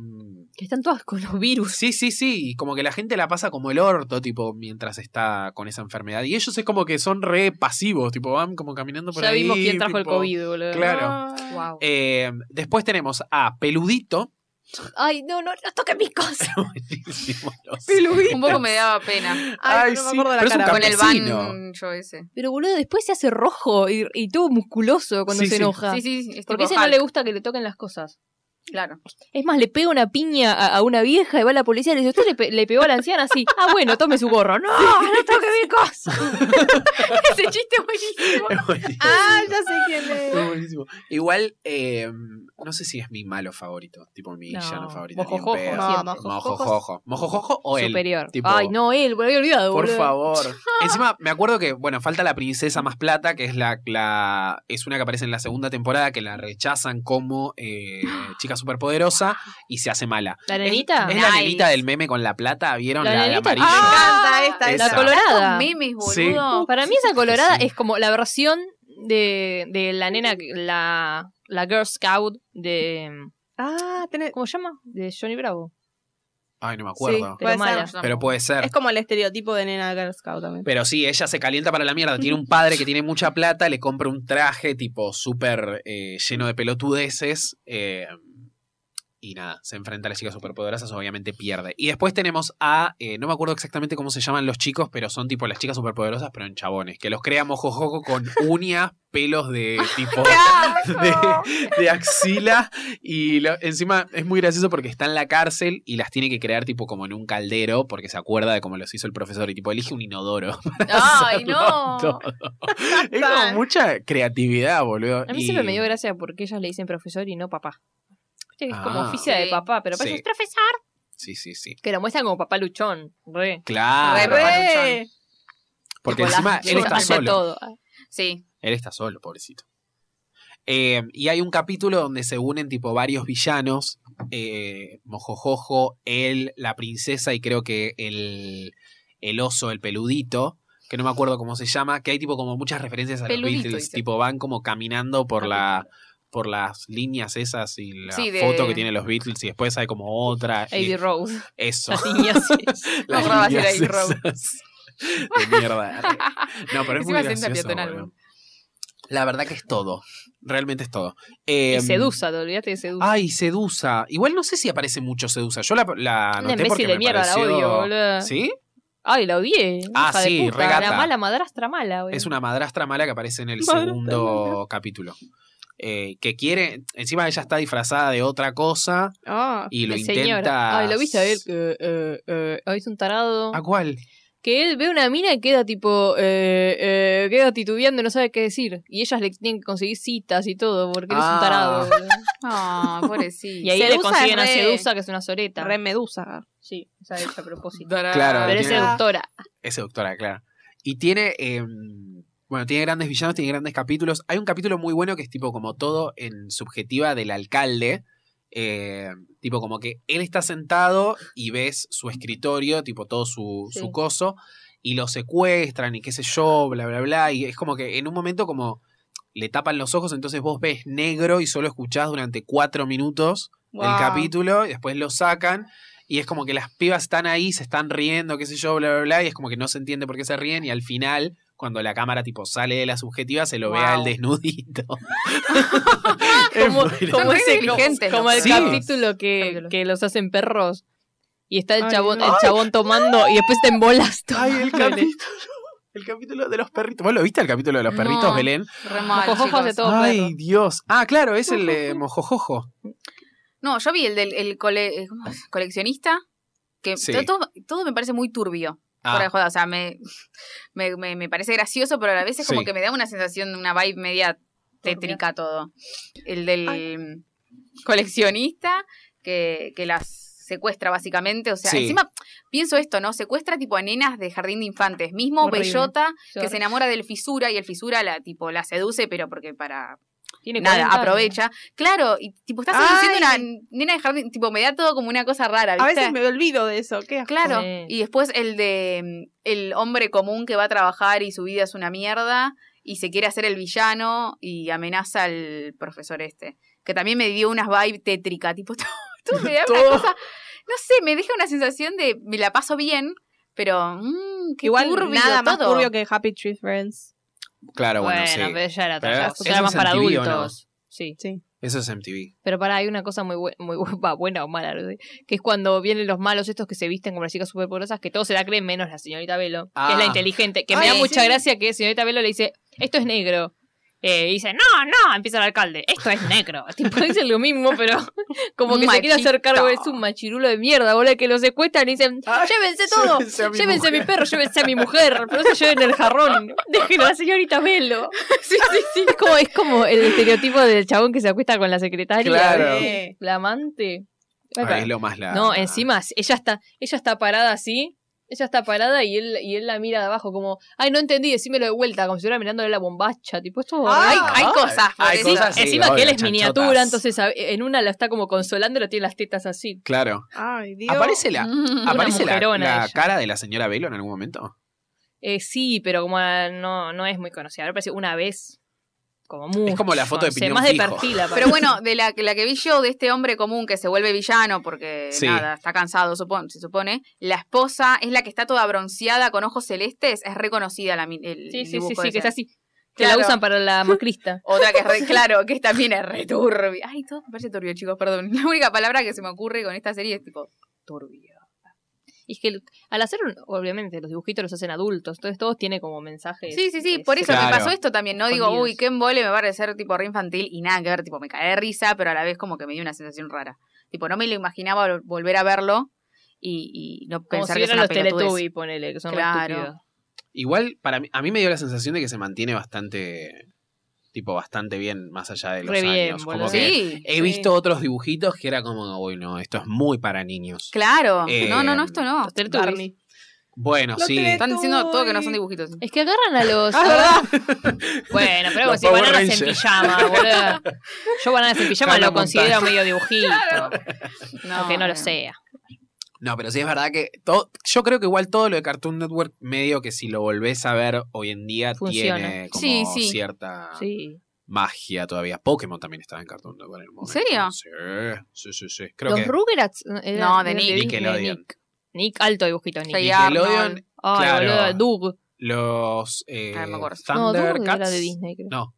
S4: Que están todas con los virus.
S1: Sí, sí, sí. Y como que la gente la pasa como el orto, tipo, mientras está con esa enfermedad. Y ellos es como que son re pasivos, tipo, van como caminando por
S4: Ya
S1: ahí.
S4: vimos quién trajo el
S1: tipo.
S4: COVID, boludo.
S1: Claro.
S2: Wow.
S1: Eh, después tenemos a Peludito.
S4: Ay, no, no, no toquen mis cosas.
S1: Buenísimo, no sé.
S2: Un poco me daba pena.
S3: Ay, no me acuerdo la
S1: pero es un
S3: cara.
S2: Con el
S1: campesino.
S2: van yo ese.
S4: Pero boludo, después se hace rojo y, y todo musculoso cuando
S1: Sí,
S4: se
S1: sí.
S4: enoja.
S2: Sí, sí, sí. es
S4: Ah. Porque a
S2: tipo
S4: ese no le
S2: Hulk,
S4: gusta que le toquen las cosas.
S2: Claro.
S4: Es más, le pega una piña a, a una vieja y va la policía y le dice, usted le, pe- le pegó a la anciana así. Ah, bueno, tome su gorro. No, no toque mis cosas. Ese chiste es buenísimo.
S1: Es buenísimo.
S3: Ah, ya sé quién
S1: Es
S3: es.
S1: buenísimo. Igual, eh, no sé si es mi malo favorito, tipo mi
S4: No,
S1: villano favorito. ni en
S4: mojojojo,
S1: pedo.
S3: no, mojojojo.
S1: mojojojo. Mojojojo o él.
S4: Superior.
S1: tipo-
S4: Ay, no, él, me lo había olvidado,
S1: Por
S4: boludo.
S1: favor. Encima, me acuerdo que, bueno, falta la princesa más plata, que es la, la es una que aparece en la segunda temporada, que la rechazan como eh, chica superpoderosa y se hace mala.
S4: ¿La nenita?
S1: Es, es la
S2: Nice.
S1: nenita del meme con la plata, ¿vieron?
S4: La
S1: La, la
S4: nenita.
S1: amarilla.
S4: Ah,
S3: Me encanta esta.
S1: Esa.
S4: La colorada. Uh,
S2: Estos memes, boludo.
S1: Sí.
S4: Para mí esa colorada
S1: Sí.
S4: es como la versión de, de la nena, que- la, la Girl Scout de...
S3: Ah, tenés-
S4: ¿Cómo se llama? De Johnny Bravo.
S1: Ay, no me acuerdo.
S3: Sí.
S4: Pero
S3: Puede
S4: mala.
S2: ser.
S1: Pero puede ser.
S3: Es como el estereotipo de nena Girl Scout también.
S1: Pero sí, ella se calienta para la mierda. Tiene un padre que tiene mucha plata, le compra un traje tipo súper eh, lleno de pelotudeces. eh, y nada, se enfrenta a las chicas superpoderosas, obviamente pierde. Y después tenemos a, eh, no me acuerdo exactamente cómo se llaman los chicos, pero son tipo las chicas superpoderosas, pero en chabones. Que los crea mojojoco con uñas, pelos de tipo de, de axila. Y lo- encima es muy gracioso porque está en la cárcel y las tiene que crear tipo como en un caldero, porque se acuerda de cómo los hizo el profesor y tipo elige un inodoro.
S2: Ay, no.
S1: todo. es como mucha creatividad, boludo.
S4: A mí
S1: Y-
S4: siempre me dio gracia porque ellas le dicen profesor y no papá. Viste que es como
S1: Ah.
S4: oficia de
S2: Sí.
S4: papá, pero parece
S1: Sí.
S4: es profesor.
S1: Sí, sí, sí.
S4: Que lo muestran como papá luchón. Re.
S1: Claro.
S4: eh,
S2: Re.
S1: Porque
S2: Tipo,
S1: encima
S2: las-
S1: él está
S4: Ante
S1: solo.
S4: todo. Ah,
S2: Sí.
S1: Él está solo, pobrecito. Eh, y hay un capítulo donde se unen tipo varios villanos, eh, Mojojojo, él, la princesa y creo que el, el oso, el peludito, que no me acuerdo cómo se llama, que hay tipo como muchas referencias a los
S2: Peludito,
S1: Beatles,
S2: dice.
S1: tipo van como caminando por la por las líneas esas y la
S2: Sí, de-
S1: foto que tienen los Beatles y después hay como otra. y
S4: Abbey Rose.
S1: eso.
S4: Las niñas.
S1: Las
S2: No, Rob,
S1: líneas
S2: era Rob.
S1: esas. De mierda. No, pero es muy
S2: Encima se entra
S1: gracioso.
S2: peatonal,
S1: boludo.
S2: boludo.
S1: La verdad que es todo. Realmente es todo.
S4: y
S1: Eh,
S4: sedusa, te olvidaste de sedusa.
S1: Ay, Sedusa. Igual no sé si aparece mucho Sedusa. Yo la, la
S4: Una
S1: anoté porque
S4: imbécil de
S1: me
S4: mierda,
S1: pareció-
S4: la odio, boludo.
S1: ¿Sí?
S4: Ay, la odié.
S1: Ah,
S4: hija
S1: sí,
S4: de puta.
S1: regata.
S4: La mala madrastra mala, boludo.
S1: Es una madrastra mala que aparece en el
S3: Madrastra
S1: segundo capítulo. Eh, que quiere... Encima ella está disfrazada de otra cosa
S3: Ah,
S1: y lo
S4: El
S1: intenta... Ah,
S4: señor. Ay, lo viste a él. Eh, eh, eh. Ay, es un tarado.
S1: ¿A cuál?
S4: Que él ve una mina y queda tipo. eh, eh, queda titubeando y no sabe qué decir. Y ellas le tienen que conseguir citas y todo porque él es
S1: Ah.
S4: un tarado. boludo.
S2: Ah, pobrecito.
S4: Y ahí le
S3: Sedusa
S4: consiguen a
S3: es re-
S4: Sedusa, que es una soreta.
S3: re medusa.
S4: Sí, esa hecha a propósito.
S1: Claro,
S4: Pero es
S1: tiene-
S4: seductora.
S1: Es seductora, claro. Y tiene. eh, bueno, tiene grandes villanos, tiene grandes capítulos. Hay un capítulo muy bueno que es tipo como todo en subjetiva del alcalde. eh, tipo como que él está sentado y ves su escritorio, tipo todo su,
S4: Sí.
S1: su coso, y lo secuestran y qué sé yo, bla, bla, bla. Y es como que en un momento como le tapan los ojos, entonces vos ves negro y solo escuchás durante cuatro minutos el
S3: Wow.
S1: capítulo, y después lo sacan. Y es como que las pibas están ahí, se están riendo, qué sé yo, bla, bla, bla, y es como que no se entiende por qué se ríen, y al final, cuando la cámara tipo sale de la subjetiva, se lo ve
S2: Wow.
S1: al desnudito. Es
S4: como,
S1: muy
S4: como
S2: muy
S4: ese-
S2: inteligentes
S4: como
S2: los
S4: el
S1: Sí.
S4: capítulo que, que los hacen perros y está el
S3: Ay,
S4: chabón,
S3: no.
S4: el chabón tomando y después te embolas todo.
S1: Ay, el capítulo. El capítulo de los perritos. ¿Vos lo viste el capítulo de los perritos,
S2: No.
S1: Belén?
S2: Re mal,
S4: Mojojojo
S2: chicos.
S4: hace todo.
S1: Ay,
S4: perro.
S1: Dios. Ah, claro, es el de mojojojo.
S2: No, yo vi el del el cole- eh, ¿cómo es? coleccionista. Que
S1: Sí.
S2: todo, todo- todo me parece muy turbio. fuera de
S1: Ah,
S2: joda, O sea, me, me, me- me parece gracioso, pero a la vez es como
S1: Sí.
S2: que me da una sensación, una vibe media tétrica todo. El del coleccionista que, que las secuestra básicamente. O sea,
S1: Sí.
S2: encima pienso esto, ¿no? Secuestra tipo a nenas de jardín de infantes. Mismo
S4: Horrible.
S2: Bellota que
S4: Horrible.
S2: se enamora del fisura y el fisura la tipo la seduce, pero porque para
S4: Tiene
S2: nada,
S4: 40 años.
S2: aprovecha. Claro, y tipo está seduciendo una nena de jardín, tipo me da todo como una cosa rara,
S3: A
S2: ¿viste?
S3: veces me olvido de eso. ¿Qué? asco.
S2: Claro.
S4: Sí.
S2: Y después el de mm, el hombre común que va a trabajar y su vida es una mierda y se quiere hacer el villano y amenaza al profesor este. Que también me dio unas vibe tétrica, tipo todo, todo me da una
S1: Todo.
S2: cosa. No sé, me deja una sensación de me la paso bien, pero mm, qué
S3: Igual
S2: turbio
S3: nada más
S2: todo.
S3: turbio que Happy Tree Friends.
S1: Claro, bueno,
S4: bueno,
S1: sí.
S4: pero ya era,
S1: Pero
S4: ya-
S1: ¿eso
S4: ya era más
S1: es
S4: para
S1: MTV o no?
S4: adultos. Sí.
S3: Sí.
S1: Eso es MTV.
S4: Pero para, hay una cosa muy, bu- muy bu- va, buena o mala, no sé, que es cuando vienen los malos estos que se visten como las chicas superpoderosas, que todos se la creen menos la señorita Velo, que es
S1: Ah.
S4: la inteligente, que me
S2: Ay,
S4: da
S2: sí.
S4: mucha gracia que señorita Velo le dice, esto es negro. Eh, y dice, no, no, empieza el alcalde, esto es negro. Tipo, dice lo mismo, pero como que se quiere hacer
S2: Machista.
S4: cargo de su machirulo de mierda, bola, que lo secuestran y dicen,
S1: Ay,
S4: llévense todo,
S1: llévense a mi
S4: llévense a mi
S1: mujer".
S4: perro, llévense a mi mujer, pero no se lleven el jarrón, déjenlo a la señorita Velo.
S2: Sí, sí, sí.
S4: Es como, es como el estereotipo del chabón que se acuesta con la secretaria. Eh,
S1: Claro.
S3: Sí.
S4: La amante.
S1: Ay, es lo más la.
S4: No, encima ella está, ella está parada así. Ella está parada y él, y él la mira de abajo como, ay, no entendí, decímelo de vuelta, como si estuviera mirándole la bombacha, tipo esto.
S2: Hay,
S3: Ah.
S4: ay,
S2: hay cosas. por
S1: Hay
S2: eso.
S1: cosas, sí,
S4: encima que él
S1: obvio,
S4: es miniatura,
S1: chanchotas.
S4: entonces a- en una la está como consolando y la tiene las tetas así.
S1: Claro.
S3: Ay, Dios.
S1: ¿Aparece la,
S2: Mm.
S1: aparece la,
S4: mujerona
S1: la
S4: ella.
S1: cara de la señora Velo en algún momento?
S4: Eh, sí, pero como ah, no, no es muy conocida. Ahora parece una vez, como mucho.
S1: Es como la foto de
S4: no sé,
S1: Piñón
S4: Más de
S1: Fijo.
S4: perfil, aparece.
S2: Pero bueno, de la, la que vi yo, de este hombre común que se vuelve villano porque
S1: Sí.
S2: nada, está cansado, supon- se supone, la esposa es la que está toda bronceada con ojos celestes, es reconocida la mi- el
S4: Sí, sí, sí,
S2: dibujo
S4: sí,
S2: ese.
S4: que es así. Que
S2: Claro.
S4: la usan para la macrista.
S2: Otra que es re, claro, que también es re turbia. Ay, todo me parece turbio, chicos, perdón. La única palabra que se me ocurre con esta serie es tipo turbio.
S4: Y es que el- al hacer, un- obviamente, los dibujitos los hacen adultos, entonces todos tienen como mensajes.
S2: Sí, sí, sí,
S4: que
S2: por
S4: se-
S2: eso me
S1: Claro.
S2: pasó esto también, ¿no? Digo,
S4: Escondidos.
S2: uy, qué embole me va a parecer tipo re infantil y nada que ver, tipo, me cae de risa, pero a la vez como que me dio una sensación rara. Tipo, no me lo imaginaba vol- volver a verlo y, y no
S4: Como si
S2: pensar que es
S4: vieran
S2: una
S4: los
S2: pelotudez.
S4: Teletubbies, ponele, que son re
S2: Claro.
S4: estúpidos.
S1: Igual, para mí, a mí me dio la sensación de que se mantiene bastante. Tipo, bastante bien más allá de los
S4: Re bien,
S1: años.
S4: boludo.
S1: Como que
S2: Sí,
S1: he
S3: sí.
S1: visto otros dibujitos que era como, bueno, esto es muy para niños.
S2: claro.
S1: Eh,
S2: no, no, no, esto no.
S4: Los Teletubbies.
S3: Barney.
S1: Bueno,
S3: Lo
S1: sí.
S3: que-
S2: Están diciendo todo que no son dibujitos.
S4: Es que agarran a los. Ah, Bueno, pero
S1: Los
S4: si
S1: Power
S4: bananas en
S1: Rangers.
S4: pijama, boludo. Yo bananas en pijama
S1: Hannah
S4: lo considero medio dibujito. Aunque no lo
S2: eh.
S4: sea.
S1: No, pero sí es verdad que todo, yo creo que igual todo lo de Cartoon Network medio que si lo volvés a ver hoy en día
S4: Funciona.
S1: tiene como
S2: Sí, sí.
S1: cierta
S4: Sí.
S1: magia todavía. Pokémon también estaba en Cartoon Network en un momento.
S2: serio?
S1: Sí, sí, sí, sí. Creo
S4: los
S1: que
S4: Rugrats. eh,
S2: No,
S4: eran
S2: de Nick.
S1: Nickelodeon.
S4: Nick. Nick, alto dibujito, Nick.
S2: Sí,
S4: Ay,
S1: Nickelodeon,
S2: Arnold.
S1: claro.
S4: boludo, Doug.
S1: los eh,
S2: Ah, me acuerdo.
S4: No, Doug era
S1: Thundercats.
S4: de Disney, creo.
S1: No.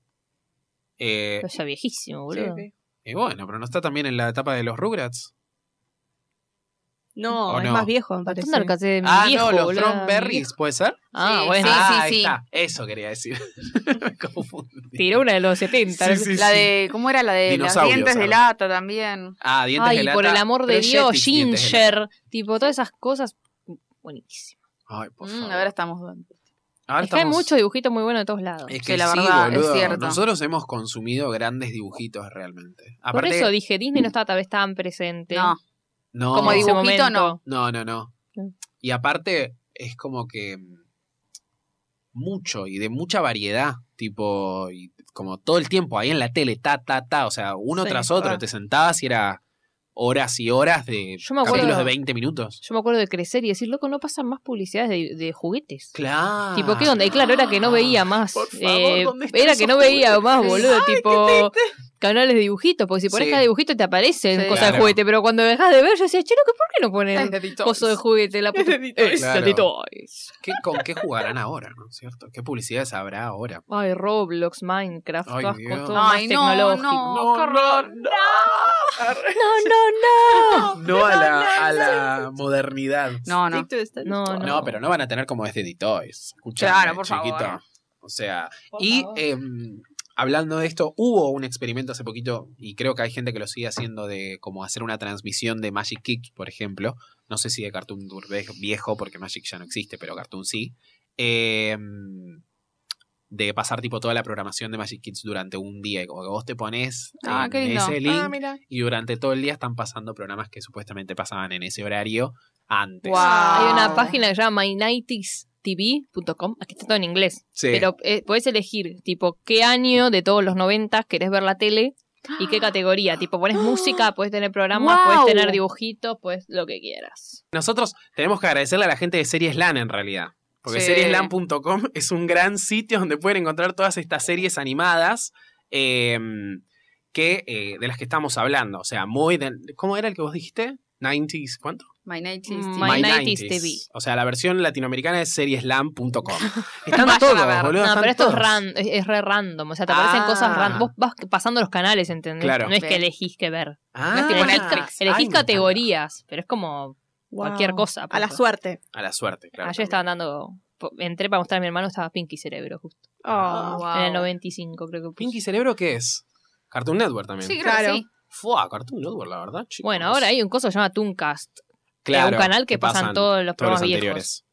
S1: eh,
S4: Pero ya viejísimo, boludo.
S3: Sí, sí.
S1: eh, bueno, pero no está también en la etapa de los Rugrats.
S3: No,
S1: ¿O
S3: es
S1: no?
S3: más viejo, me parece.
S4: Thundercats es
S1: Ah,
S4: viejo,
S1: no, los
S4: boludo,
S1: Thornberries,
S4: viejo.
S1: ¿puede ser?
S4: Ah,
S2: Sí,
S4: bueno.
S2: sí.
S1: ah, ahí
S2: sí.
S1: está. Eso quería decir. Me confundí.
S4: Tiró una de los 70.
S1: Sí,
S4: ¿no?
S1: sí,
S2: La
S1: sí.
S2: de, ¿cómo era la de los
S1: Dinosaurios,
S2: dientes de
S1: ¿sabes?
S2: lata también?
S1: Ah, dientes
S4: Ay,
S1: de lata.
S4: por el amor de
S1: Pero
S4: Dios,
S1: Jetix, dientes de lata.
S4: Ginger. Tipo, todas esas cosas. Buenísimo.
S1: Ay, por
S2: Mm,
S1: favor.
S2: ahora estamos dudando.
S1: Ahora
S4: Es que hay
S1: estamos-
S4: muchos dibujitos muy buenos de todos lados.
S1: Es
S2: que la verdad es cierto.
S1: Nosotros hemos consumido grandes dibujitos realmente.
S4: Por
S1: Aparte,
S4: eso dije, Disney no estaba tal vez tan presente.
S2: No,
S1: no,
S2: como
S4: en ese
S2: dibujito, no.
S4: momento.
S1: no, no, no.
S4: No.
S1: Y aparte es como que mm, mucho y de mucha variedad, tipo y como todo el tiempo ahí en la tele, ta, ta, ta, o sea, uno
S3: Sí,
S1: tras
S3: es
S1: otro,
S3: verdad.
S1: te sentabas y era horas y horas de
S4: Yo me acuerdo-
S1: capítulos de 20 minutos.
S4: Yo me acuerdo de crecer y decir, loco, no pasan más publicidades de, de juguetes.
S1: Claro.
S4: Tipo, ¿qué
S2: Ah.
S4: onda? Y claro, era que no veía más.
S1: Por favor,
S4: eh,
S1: ¿dónde están
S4: era
S1: esos
S4: que no veía más,
S1: juguetes?
S4: boludo. tipo, canales de dibujitos. Porque si pones
S1: Sí.
S4: cada dibujito te aparecen
S2: Sí.
S4: cosas de
S1: Claro.
S4: juguete. Pero cuando dejas de ver, yo decía, che, loco, ¿por qué no ponen
S2: Ay, de
S4: coso de juguete? La puta? Eh, Es
S1: Claro.
S4: de Toys.
S1: ¿Qué- ¿Con qué jugarán ahora, no es cierto? ¿Qué publicidades habrá ahora?
S4: Ay, Roblox, Minecraft,
S1: Ay,
S4: todas
S1: Dios.
S4: cosas, todo más
S2: Ay, no,
S4: tecnológico.
S2: no, qué horror.
S4: no, no.
S1: No a la, a la modernidad.
S2: No, no.
S3: Stick to the status
S4: No,
S3: quo.
S1: No, pero no van a tener como es de Ditoys.
S2: Claro, por favor.
S1: O sea,
S3: Por
S1: y
S3: favor.
S1: em, hablando de esto, hubo un experimento hace poquito, y creo que hay gente que lo sigue haciendo, de como hacer una transmisión de Magic Kick, por ejemplo. No sé si de Cartoon Network ve- viejo, porque Magic ya no existe, pero Cartoon sí. Em, de pasar tipo toda la programación de Magic Kids durante un día. Y como que vos te pones
S2: Ah,
S1: en
S2: qué lindo.
S1: ese link
S3: Ah, mira.
S1: y durante todo el día están pasando programas que supuestamente pasaban en ese horario antes.
S2: Guau.
S4: Hay una
S2: Ah.
S4: página que se llama mynighties.tv.com. Aquí está todo en inglés.
S1: Sí.
S4: Pero eh, podés elegir, tipo, qué año de todos los 90 querés ver la tele y qué categoría. Tipo, pones música, puedes tener programas,
S2: Guau.
S4: puedes tener dibujitos, puedes lo que quieras.
S1: Nosotros tenemos que agradecerle a la gente de Series LAN en realidad. Porque
S2: Sí.
S1: serieslan.com es un gran sitio donde pueden encontrar todas estas series animadas em, eh, que, eh, de las que estamos hablando. O sea, muy. de- ¿Cómo era el que vos dijiste? 90s, ¿cuánto?
S2: My Night is
S4: Mm,
S2: Tea.
S4: My- 90s TV.
S1: O sea, la versión latinoamericana es serieslam.com. Están
S2: Vayan a
S1: todos,
S2: ver.
S1: boludo.
S4: No,
S1: están
S4: pero esto es,
S1: todos.
S4: ran- es, es re random. O sea, te
S1: Ah.
S4: aparecen cosas random. Vos vas pasando los canales, ¿entendés?
S1: Claro.
S4: No es que
S2: Bien.
S4: elegís qué ver.
S1: Ah,
S4: no es que
S2: como
S4: elegís,
S2: Netflix.
S4: elegís
S1: Ay, me
S4: categorías, pero es como Cualquier
S3: Wow.
S4: cosa,
S3: A la
S4: punto.
S3: suerte.
S1: encanta. A la suerte, claro.
S4: Ayer estaban dando. po- Entré para mostrar a mi hermano, estaba Pinky Cerebro, justo.
S1: Ah,
S3: Ah,
S2: Oh, wow.
S4: En el 95, creo que. puso.
S1: ¿Pinky Cerebro qué es? Cartoon Network también.
S2: Sí, creo
S3: Claro.
S2: que sí.
S1: Fua, Cartoon Network, la verdad, chicos.
S4: Bueno, ahora hay un coso que se llama Tooncast. que
S1: claro,
S4: es un canal que, pasan, todos los
S1: todos
S4: programas
S1: los
S4: viejos.
S1: anteriores.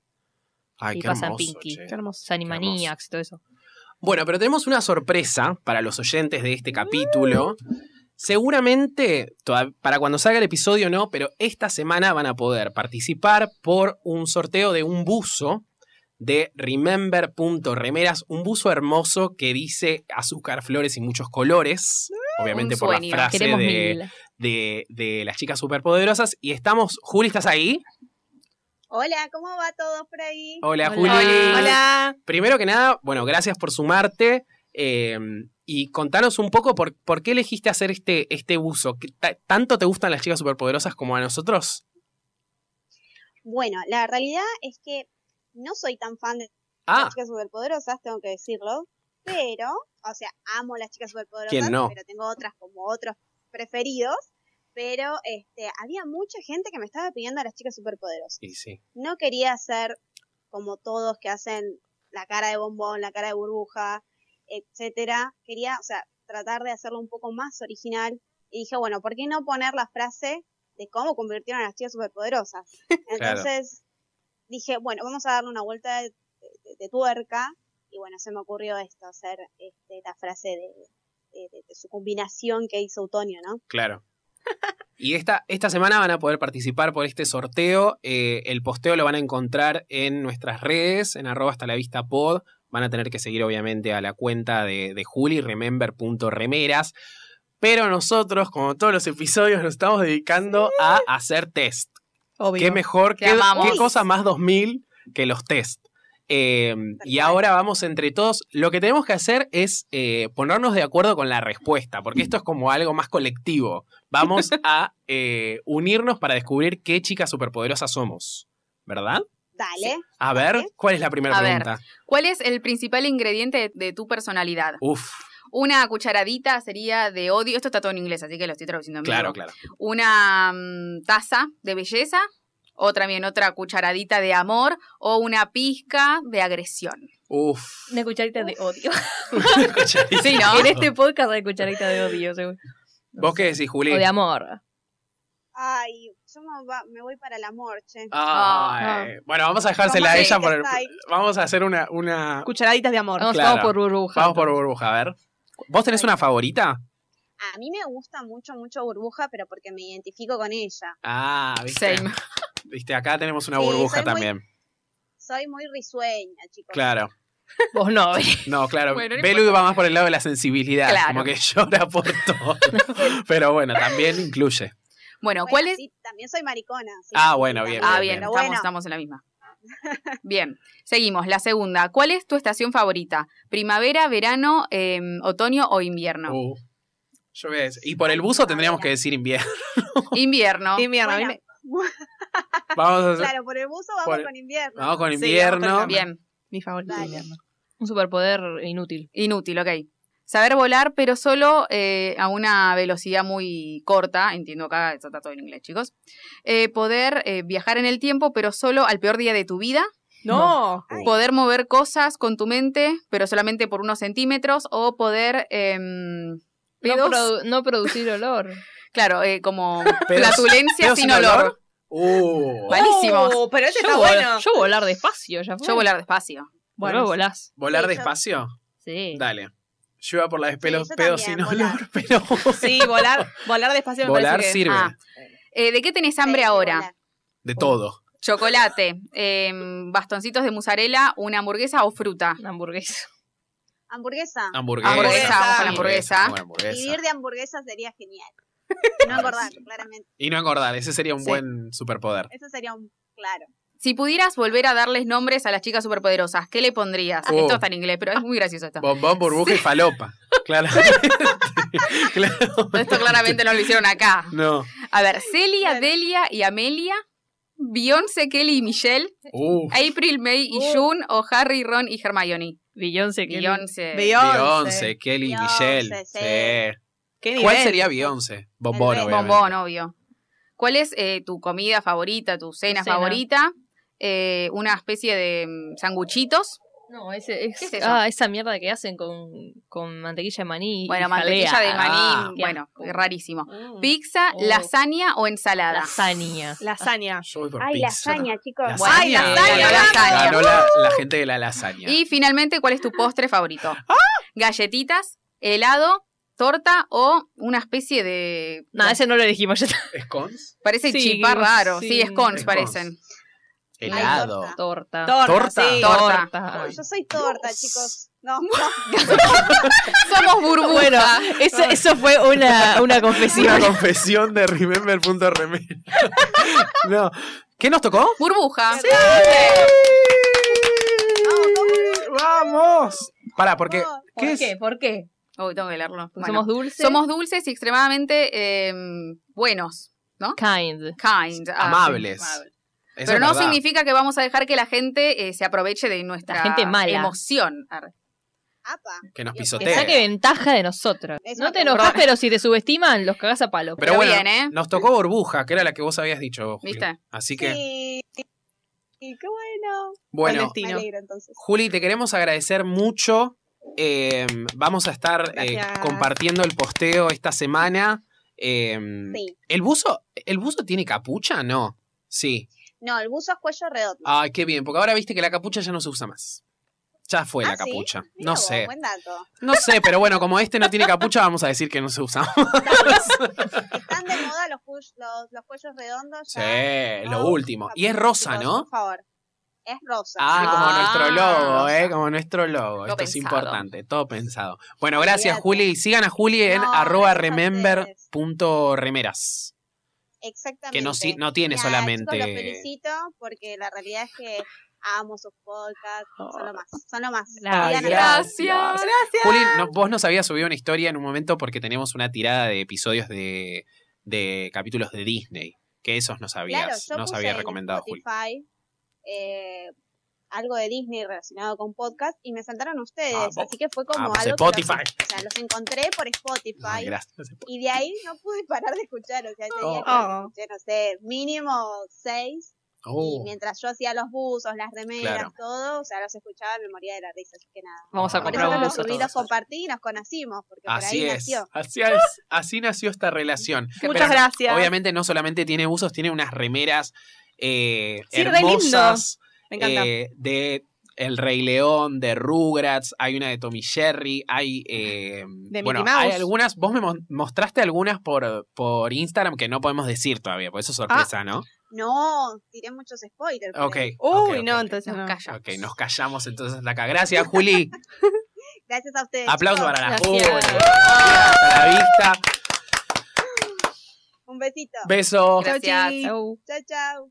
S1: Ay,
S4: Y
S1: qué
S4: pasan
S1: hermoso,
S4: Pinky.
S1: che.
S3: Qué hermoso.
S4: Animaniacs y todo eso.
S1: Bueno, pero tenemos una sorpresa para los oyentes de
S4: Mm.
S1: este capítulo. Seguramente, toda- para cuando salga el episodio no, pero esta semana van a poder participar por un sorteo de un buzo de remember.remeras, un buzo hermoso que dice azúcar, flores y muchos colores, obviamente
S2: Un
S1: por la
S2: sueño.
S1: frase
S4: Mm, Queremos
S1: de,
S4: mil.
S1: de- de las chicas superpoderosas. Y estamos, Juli, ¿estás ahí?
S6: Hola, ¿cómo va todo por ahí?
S1: Hola,
S4: Hola.
S1: Juli.
S3: Hola.
S1: Primero que nada, bueno, gracias por sumarte. eh, y contanos un poco por, por qué elegiste hacer este, este buzo. ¿Qué ta- ¿Tanto te gustan las chicas superpoderosas como a nosotros?
S6: Bueno, la realidad es que no soy tan fan de
S1: Ah,
S6: las chicas superpoderosas, tengo que decirlo, pero, o sea, amo las chicas superpoderosas,
S1: ¿Quién no?
S6: pero tengo otras como otros preferidos, pero este, había mucha gente que me estaba pidiendo a las chicas superpoderosas.
S1: sí, sí.
S6: No quería ser como todos que hacen la cara de bombón, la cara de burbuja, etcétera. Quería, o sea, tratar de hacerlo un poco más original y dije, bueno, ¿por qué no poner la frase de cómo convirtieron a las chicas superpoderosas? Entonces dije, bueno, vamos a darle una vuelta de, de- de tuerca y bueno, se me ocurrió esto, hacer este, la frase de, de- de- de su combinación que hizo Utonio, ¿no?
S1: Claro. Y esta, esta semana van a poder participar por este sorteo. Eh, el posteo lo van a encontrar en nuestras redes, en arroba hasta la vista pod. Van a tener que seguir obviamente a la cuenta de, de Juli, remember.remeras. Pero nosotros, como todos los episodios, nos estamos dedicando a hacer test.
S3: Obvio.
S1: Qué mejor,
S2: Pues Te
S1: qué,
S2: amamos.
S1: qué cosa más 2000 que los test. Eh, y
S6: cual.
S1: ahora vamos entre todos. Lo que tenemos que hacer es eh, ponernos de acuerdo con la respuesta, porque esto es como algo más colectivo. Vamos a eh, unirnos para descubrir qué chicas superpoderosas somos, ¿verdad?
S6: Dale.
S1: A ver,
S6: Dale.
S1: ¿cuál es la primera
S2: A ver.
S1: pregunta?
S2: ¿Cuál es el principal ingrediente de, de tu personalidad?
S1: Uf,
S2: Una cucharadita sería de odio. Esto está todo en inglés, así que lo estoy traduciendo en vivo.
S1: claro, claro.
S2: Una mm, taza de belleza, o también otra cucharadita de amor, o una pizca de agresión.
S1: Uf.
S4: Una cucharita de odio.
S1: cucharita.
S4: Sí, ¿no? En este podcast hay cucharita de odio, seguro.
S1: ¿Vos qué decís, Juli?
S4: O de amor.
S6: Ay, yo me, va- me voy para la morche.
S1: Ay. Bueno, vamos a dejársela Ah, a
S2: Vamos a-
S1: ella. por- vamos a hacer una, una,
S3: Cucharaditas de amor.
S4: Vamos,
S1: Claro.
S4: vamos por burbuja.
S1: Vamos por burbuja, a ver. ¿Vos tenés una favorita?
S6: A mí me gusta mucho, mucho Burbuja, pero porque me identifico con ella.
S1: Ah, viste.
S2: Same.
S1: Viste, acá tenemos una
S6: Sí,
S1: burbuja
S6: soy muy-
S1: también.
S6: Soy muy risueña, chicos.
S1: Claro.
S4: Vos no.
S1: No, claro.
S2: Bueno, no
S1: Belu va más por el lado de la sensibilidad.
S2: Claro.
S1: Como que llora por todo. Pero bueno, también incluye.
S2: Bueno,
S6: Bueno,
S2: ¿cuál es?
S6: sí, también soy maricona. sí,
S1: Ah,
S6: sí,
S1: bueno,
S6: sí,
S1: bien,
S2: Ah,
S6: también,
S2: bien,
S6: pero
S2: estamos,
S6: bueno,
S2: estamos en la misma. Bien, seguimos. La segunda. ¿Cuál es tu estación favorita? ¿Primavera, verano, eh, otoño o invierno?
S1: Uh, yo voy a decir- Y por el buzo tendríamos que decir invierno.
S2: Invierno.
S3: Sí, mierda, a mí
S6: Bueno,
S3: me-
S1: Vamos a hacer-
S6: Claro, por el buzo vamos
S1: Por- Ah.
S6: con invierno.
S1: Vamos con
S3: Sí,
S1: invierno.
S3: vamos con
S2: Bien,
S3: Mi favorito
S6: Dale.
S3: de invierno.
S4: Un superpoder inútil.
S2: inútil, ok. Saber volar, pero solo eh, a una velocidad muy corta. Entiendo acá, esto está todo en inglés, chicos. Eh, poder eh, viajar en el tiempo, pero solo al peor día de tu vida.
S3: No.
S6: Ay.
S2: Poder mover cosas con tu mente, pero solamente por unos centímetros. O poder... em,
S4: No,
S2: pedos-
S4: produ- no producir olor.
S2: Claro, eh, como
S1: Pedos-
S2: flatulencia
S1: ¿Pedos
S2: sin olor.
S1: Uh,
S2: Vale. Malísimo.
S3: Oh, pero ese
S4: yo,
S3: está
S4: vol-
S3: bueno.
S4: yo volar despacio, ya fue.
S2: Yo volar despacio.
S4: Bueno,
S3: Bueno,
S4: volás.
S1: ¿Volar
S6: Sí, yo-
S1: despacio?
S4: Sí.
S1: Dale. Yo iba por la de pelos,
S6: yo
S1: pedos sin
S6: también,
S1: olor, pero.
S3: Sí, volar, volar despacio me
S1: volar
S3: parece que...
S1: sirve.
S2: Ah. Eh, ¿De qué tenés
S6: Sí,
S2: hambre
S6: sí,
S2: ahora?
S6: hola.
S1: De todo.
S2: Chocolate, em, bastoncitos de mozzarella, una hamburguesa o fruta.
S4: Una hamburguesa.
S6: Hamburguesa.
S1: Hamburguesa.
S2: Hamburguesa,
S3: vamos con la
S2: hamburguesa.
S1: Vamos con la hamburguesa.
S6: Vivir de hamburguesa sería genial. No engordar, claramente.
S1: Y no engordar, ese sería un
S2: Sí.
S1: buen superpoder.
S6: Eso sería un claro.
S2: Si pudieras volver a darles nombres a las chicas superpoderosas, ¿qué le pondrías?
S1: Oh.
S2: Esto está en inglés, pero es muy gracioso esto.
S1: Bombón, burbuja y falopa. Claramente. Claro.
S2: Esto claramente no lo hicieron acá.
S1: No.
S2: A ver, Celia,
S6: Claro.
S2: Delia y Amelia, Beyoncé, Kelly y Michelle,
S1: Uh,
S2: April, May
S4: Oh.
S2: y June, o Harry, Ron y Hermione.
S4: Beyoncé, que
S2: Beyoncé.
S1: Beyoncé, Kelly,
S6: Beyoncé,
S1: Michelle.
S6: sí.
S1: sí.
S3: ¿Qué nivel?
S1: ¿Cuál sería Beyoncé? Bombón,
S6: El rey.
S1: obviamente.
S2: Bombón, obvio. ¿Cuál es eh, tu comida favorita, tu cena,
S4: Cena.
S2: favorita? Eh, una especie de mm, sanguchitos.
S4: No, ese, es,
S2: ¿Qué es eso?
S4: ah, esa mierda que hacen con, con mantequilla de maní. y
S2: Bueno,
S4: jalea.
S2: mantequilla de maní.
S1: Ah.
S2: bueno,
S4: Qué asco.
S2: rarísimo.
S3: Mm.
S2: Pizza,
S4: Oh.
S2: lasaña o ensalada.
S4: Ah, Lasaña.
S3: Lasaña.
S1: Yo voy por
S6: Ay,
S1: pizza.
S6: lasaña, chicos.
S1: Lasaña. Uh.
S2: Ay, lasaña,
S1: Ganó-
S2: lasaña.
S1: Ganó la, la gente de la lasaña.
S2: Y finalmente, ¿cuál es tu postre favorito? Ah. Galletitas, helado, torta o una especie de...
S4: No, ese no lo elegimos. Ya está.
S1: ¿Scones?
S2: Parece
S4: Sí,
S2: chipá raro. Sí,
S4: sí.
S2: scones
S1: Scones.
S2: parecen.
S1: Helado.
S6: torta.
S3: Torta.
S4: Torta.
S1: Torta.
S3: sí.
S2: Torta.
S6: Yo soy torta, chicos. No,
S2: Somos burbuja.
S4: Bueno, eso, eso fue una, una confesión.
S1: Una confesión de remember.remember. no. ¿Qué nos tocó?
S2: burbuja.
S1: ¡Vamos! Para, porque.
S6: Vamos.
S1: ¿Qué es?
S4: ¿Por qué?
S2: Uy, tengo que leerlo. Bueno.
S4: Somos dulces.
S2: Somos dulces y extremadamente eh, buenos.
S4: kind.
S2: Kind. ah,
S1: Amables.
S2: sí, amables.
S1: Eso
S2: Pero
S1: es
S2: no
S1: verdad.
S2: significa que vamos a dejar que la gente eh, se aproveche de nuestra
S4: La gente mala.
S2: emoción. Arre.
S6: apa.
S1: Que nos
S4: Que saque
S1: pisoteen.
S4: ventaja de nosotros.
S6: Es
S4: No
S6: una
S4: te enojas,
S2: pregunta.
S4: pero si te subestiman, los cagás a palo.
S1: Pero
S2: Pero
S1: bueno,
S2: bien, ¿eh?
S1: nos tocó burbuja, que era la que vos habías dicho. Juli.
S2: ¿Viste?
S1: Así que,
S6: Sí. Y qué bueno.
S3: Buen
S1: bueno,
S6: Me
S3: destino.
S6: alegro entonces.
S1: Juli, te queremos agradecer mucho. Eh, vamos a estar eh,
S3: Gracias.
S1: compartiendo el posteo esta semana. Eh,
S6: Sí.
S1: ¿El buzo el buzo tiene capucha? No. Sí.
S6: No, el buzo es cuello redondo.
S1: Ay, qué bien, porque ahora viste que la capucha ya no se usa más. Ya fue la
S6: Ah, ¿sí?
S1: capucha.
S6: Mirá
S1: No
S6: vos,
S1: sé.
S6: Buen dato.
S1: No sé, pero bueno, como este no tiene capucha, vamos a decir que no se usa.
S6: Están de moda los, cu- los, los cuellos redondos.
S1: Sí,
S6: ya.
S1: lo
S6: No,
S1: último. Y es
S6: chicos,
S1: rosa, ¿no?
S6: Por favor. Es rosa.
S1: Ah, como
S2: Ah,
S1: nuestro logo,
S2: rosa.
S1: ¿eh? Como nuestro logo.
S2: Todo
S1: Esto es
S2: pensado.
S1: importante, todo pensado. Bueno, gracias,
S6: Olvídate.
S1: Juli. Sigan a Juli en
S6: No,
S1: arroba
S6: gracias a
S1: remember.remeras.
S6: Exactamente.
S1: Que no, si- no tiene
S6: Nada,
S1: solamente.
S6: Chicos, los felicito porque la realidad es que amo sus podcasts. Son lo
S1: Oh.
S6: más. Son lo más.
S4: Gracias.
S6: Sigan adelante.
S2: Gracias.
S1: Juli, no- vos nos habías subido una historia en un momento porque teníamos una tirada de episodios de, de capítulos de Disney. Que esos nos
S6: Claro,
S1: habías,
S6: yo
S1: nos
S6: puse
S1: había
S6: en
S1: recomendado, Juli.
S6: Spotify, eh, algo de Disney relacionado con podcast y me saltaron ustedes,
S1: Vamos.
S6: así que fue como
S1: Vamos,
S6: algo
S1: Ah, Spotify.
S6: Que los, o sea, los encontré por
S1: Ay,
S6: Spotify
S1: gracias.
S6: y de ahí no pude parar de escuchar, o sea, ese día
S3: Oh.
S6: escuché, no sé, mínimo seis y
S1: Oh,
S6: mientras yo hacía los buzos, las remeras,
S1: Claro.
S6: todo, o sea, los escuchaba me moría de la risa, así que nada.
S4: Vamos a
S1: Por
S6: Por
S4: comprar
S6: eso
S1: Bravo,
S4: un
S6: los
S1: vamos a
S4: buzo
S6: subí,
S1: todos.
S6: los compartí y nos conocimos, porque
S1: así
S6: por ahí
S1: es.
S6: nació.
S1: Así es. Así nació esta relación.
S3: Muchas
S1: Pero no-
S3: gracias.
S1: Obviamente no solamente tiene usos, tiene unas remeras eh,
S3: Sí, re lindo.
S1: hermosas
S3: Me encanta.
S1: eh, de El Rey León, de Rugrats, hay una de Tommy Jerry, hay eh,
S3: Mickey
S1: bueno,
S3: Mouse.
S1: hay algunas, vos me mon- mostraste algunas por, por Instagram que no podemos decir todavía, por eso es sorpresa, ¿no?
S6: No, tiré muchos spoilers. por
S1: Ok.
S6: ahí.
S3: Ah. Uy,
S1: ok, ok,
S3: no,
S1: ok.
S3: entonces no.
S2: Nos callamos.
S1: Ok, nos callamos entonces la acá. Gracias, Juli.
S6: Gracias a ustedes.
S1: Aplauso
S6: chicos.
S1: para la
S4: Gracias.
S1: Juli. Hasta la vista.
S6: Un besito.
S1: Besos.
S2: Gracias.
S4: Chau.
S6: Chao, chao.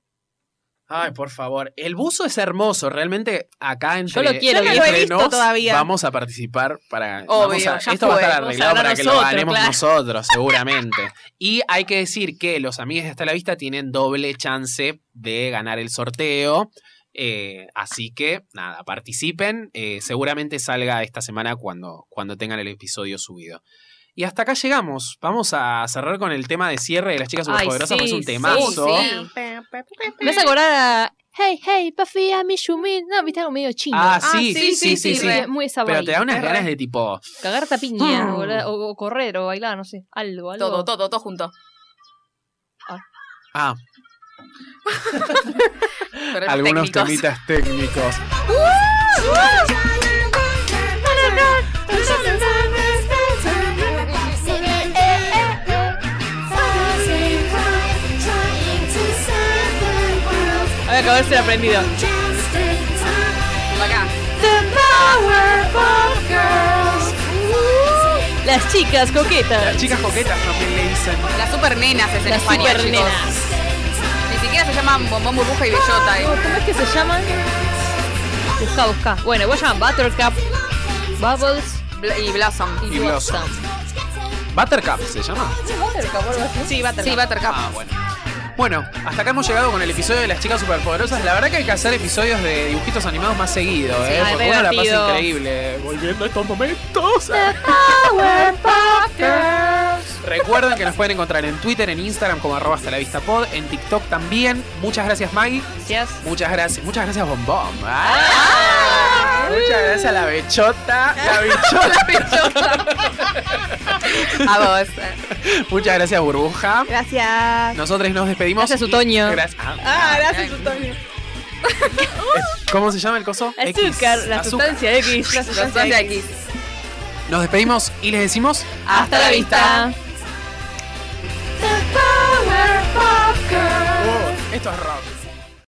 S1: Ay, por favor. El buzo es hermoso. Realmente acá entre,
S4: Yo lo quiero,
S1: entre
S4: yo no
S3: lo he visto
S1: nos
S3: todavía.
S1: Vamos a participar para.
S2: Obvio,
S1: vamos a-
S2: ya
S1: esto va a
S2: fue,
S1: estar
S4: vamos a
S1: arreglado
S4: ganar
S1: para que lo
S4: nosotros,
S1: ganemos
S4: claro.
S1: nosotros, seguramente. y hay que decir que los amigos de Hasta la Vista tienen doble chance de ganar el sorteo. Eh, así que, nada, participen. Eh, seguramente salga esta semana cuando, cuando tengan el episodio subido. Y hasta acá llegamos. Vamos a cerrar con el tema de cierre de las chicas
S4: Ay,
S1: superpoderosas,
S4: sí,
S1: porque es un
S4: sí,
S1: temazo.
S2: Uh, sí.
S4: Me vas a acordar a. Hey, hey, Puffy, a mi Shumin. No, viste algo medio chino.
S1: Ah,
S2: Ah,
S1: sí, sí, sí, sí, sí.
S2: re.
S4: Muy esa
S1: Pero te da
S4: vibe.
S1: unas
S3: Perra.
S1: ganas de tipo.
S4: Cagarte a piña,
S1: Mm.
S4: boluda, o, o correr, o bailar, no sé. Algo, algo.
S2: Todo, todo, todo junto.
S1: Ah,
S2: Pero
S1: algunos
S2: técnicos.
S1: temitas técnicos.
S7: Just
S4: A ver, acabo de ser aprendido.
S7: in time.
S2: Acá.
S4: Las chicas coquetas.
S1: Las chicas coquetas también le dicen.
S2: Las super nenas es en
S4: Las
S2: español,
S4: super
S2: chicos.
S4: nenas. Oh,
S2: Ni siquiera se llaman bombón, burbuja y bellota. eh.
S4: ¿Cómo es que se llaman? Busca, busca. Bueno, voy a llamar Buttercup, Bubbles
S2: Bl- Y Blossom.
S4: y,
S1: Y Blossom.
S4: Blossom.
S1: Buttercup se llama.
S3: Sí, va a
S4: Sí, Buttercup.
S1: Ah, bueno. Bueno, hasta acá hemos llegado con el episodio de las chicas superpoderosas. La verdad que hay que hacer episodios de dibujitos animados más seguido, ¿eh?
S4: ay,
S1: Porque uno la
S4: divertido.
S1: pasa increíble. Volviendo a estos momentos. Recuerden que nos pueden encontrar en Twitter, en Instagram como arroba hasta la vista pod, en TikTok también. Muchas gracias Maggie,
S4: Gracias.
S1: muchas gracias, muchas gracias Bombom. Muchas gracias a la bechota, la bichota.
S2: A vos.
S1: muchas gracias Burbuja.
S3: Gracias.
S1: Nosotros nos despedimos.
S4: Gracias,
S1: y-
S4: Otoño.
S1: Gracias. ah, Eh,
S3: Ah, gracias, Antonio.
S1: ¿Cómo se llama el coso?
S4: Azúcar,
S1: X,
S4: la
S1: azúcar.
S4: sustancia X. La sustancia X.
S1: Nos despedimos y les decimos...
S4: Hasta la vista.
S1: "Oh, Esto es rock.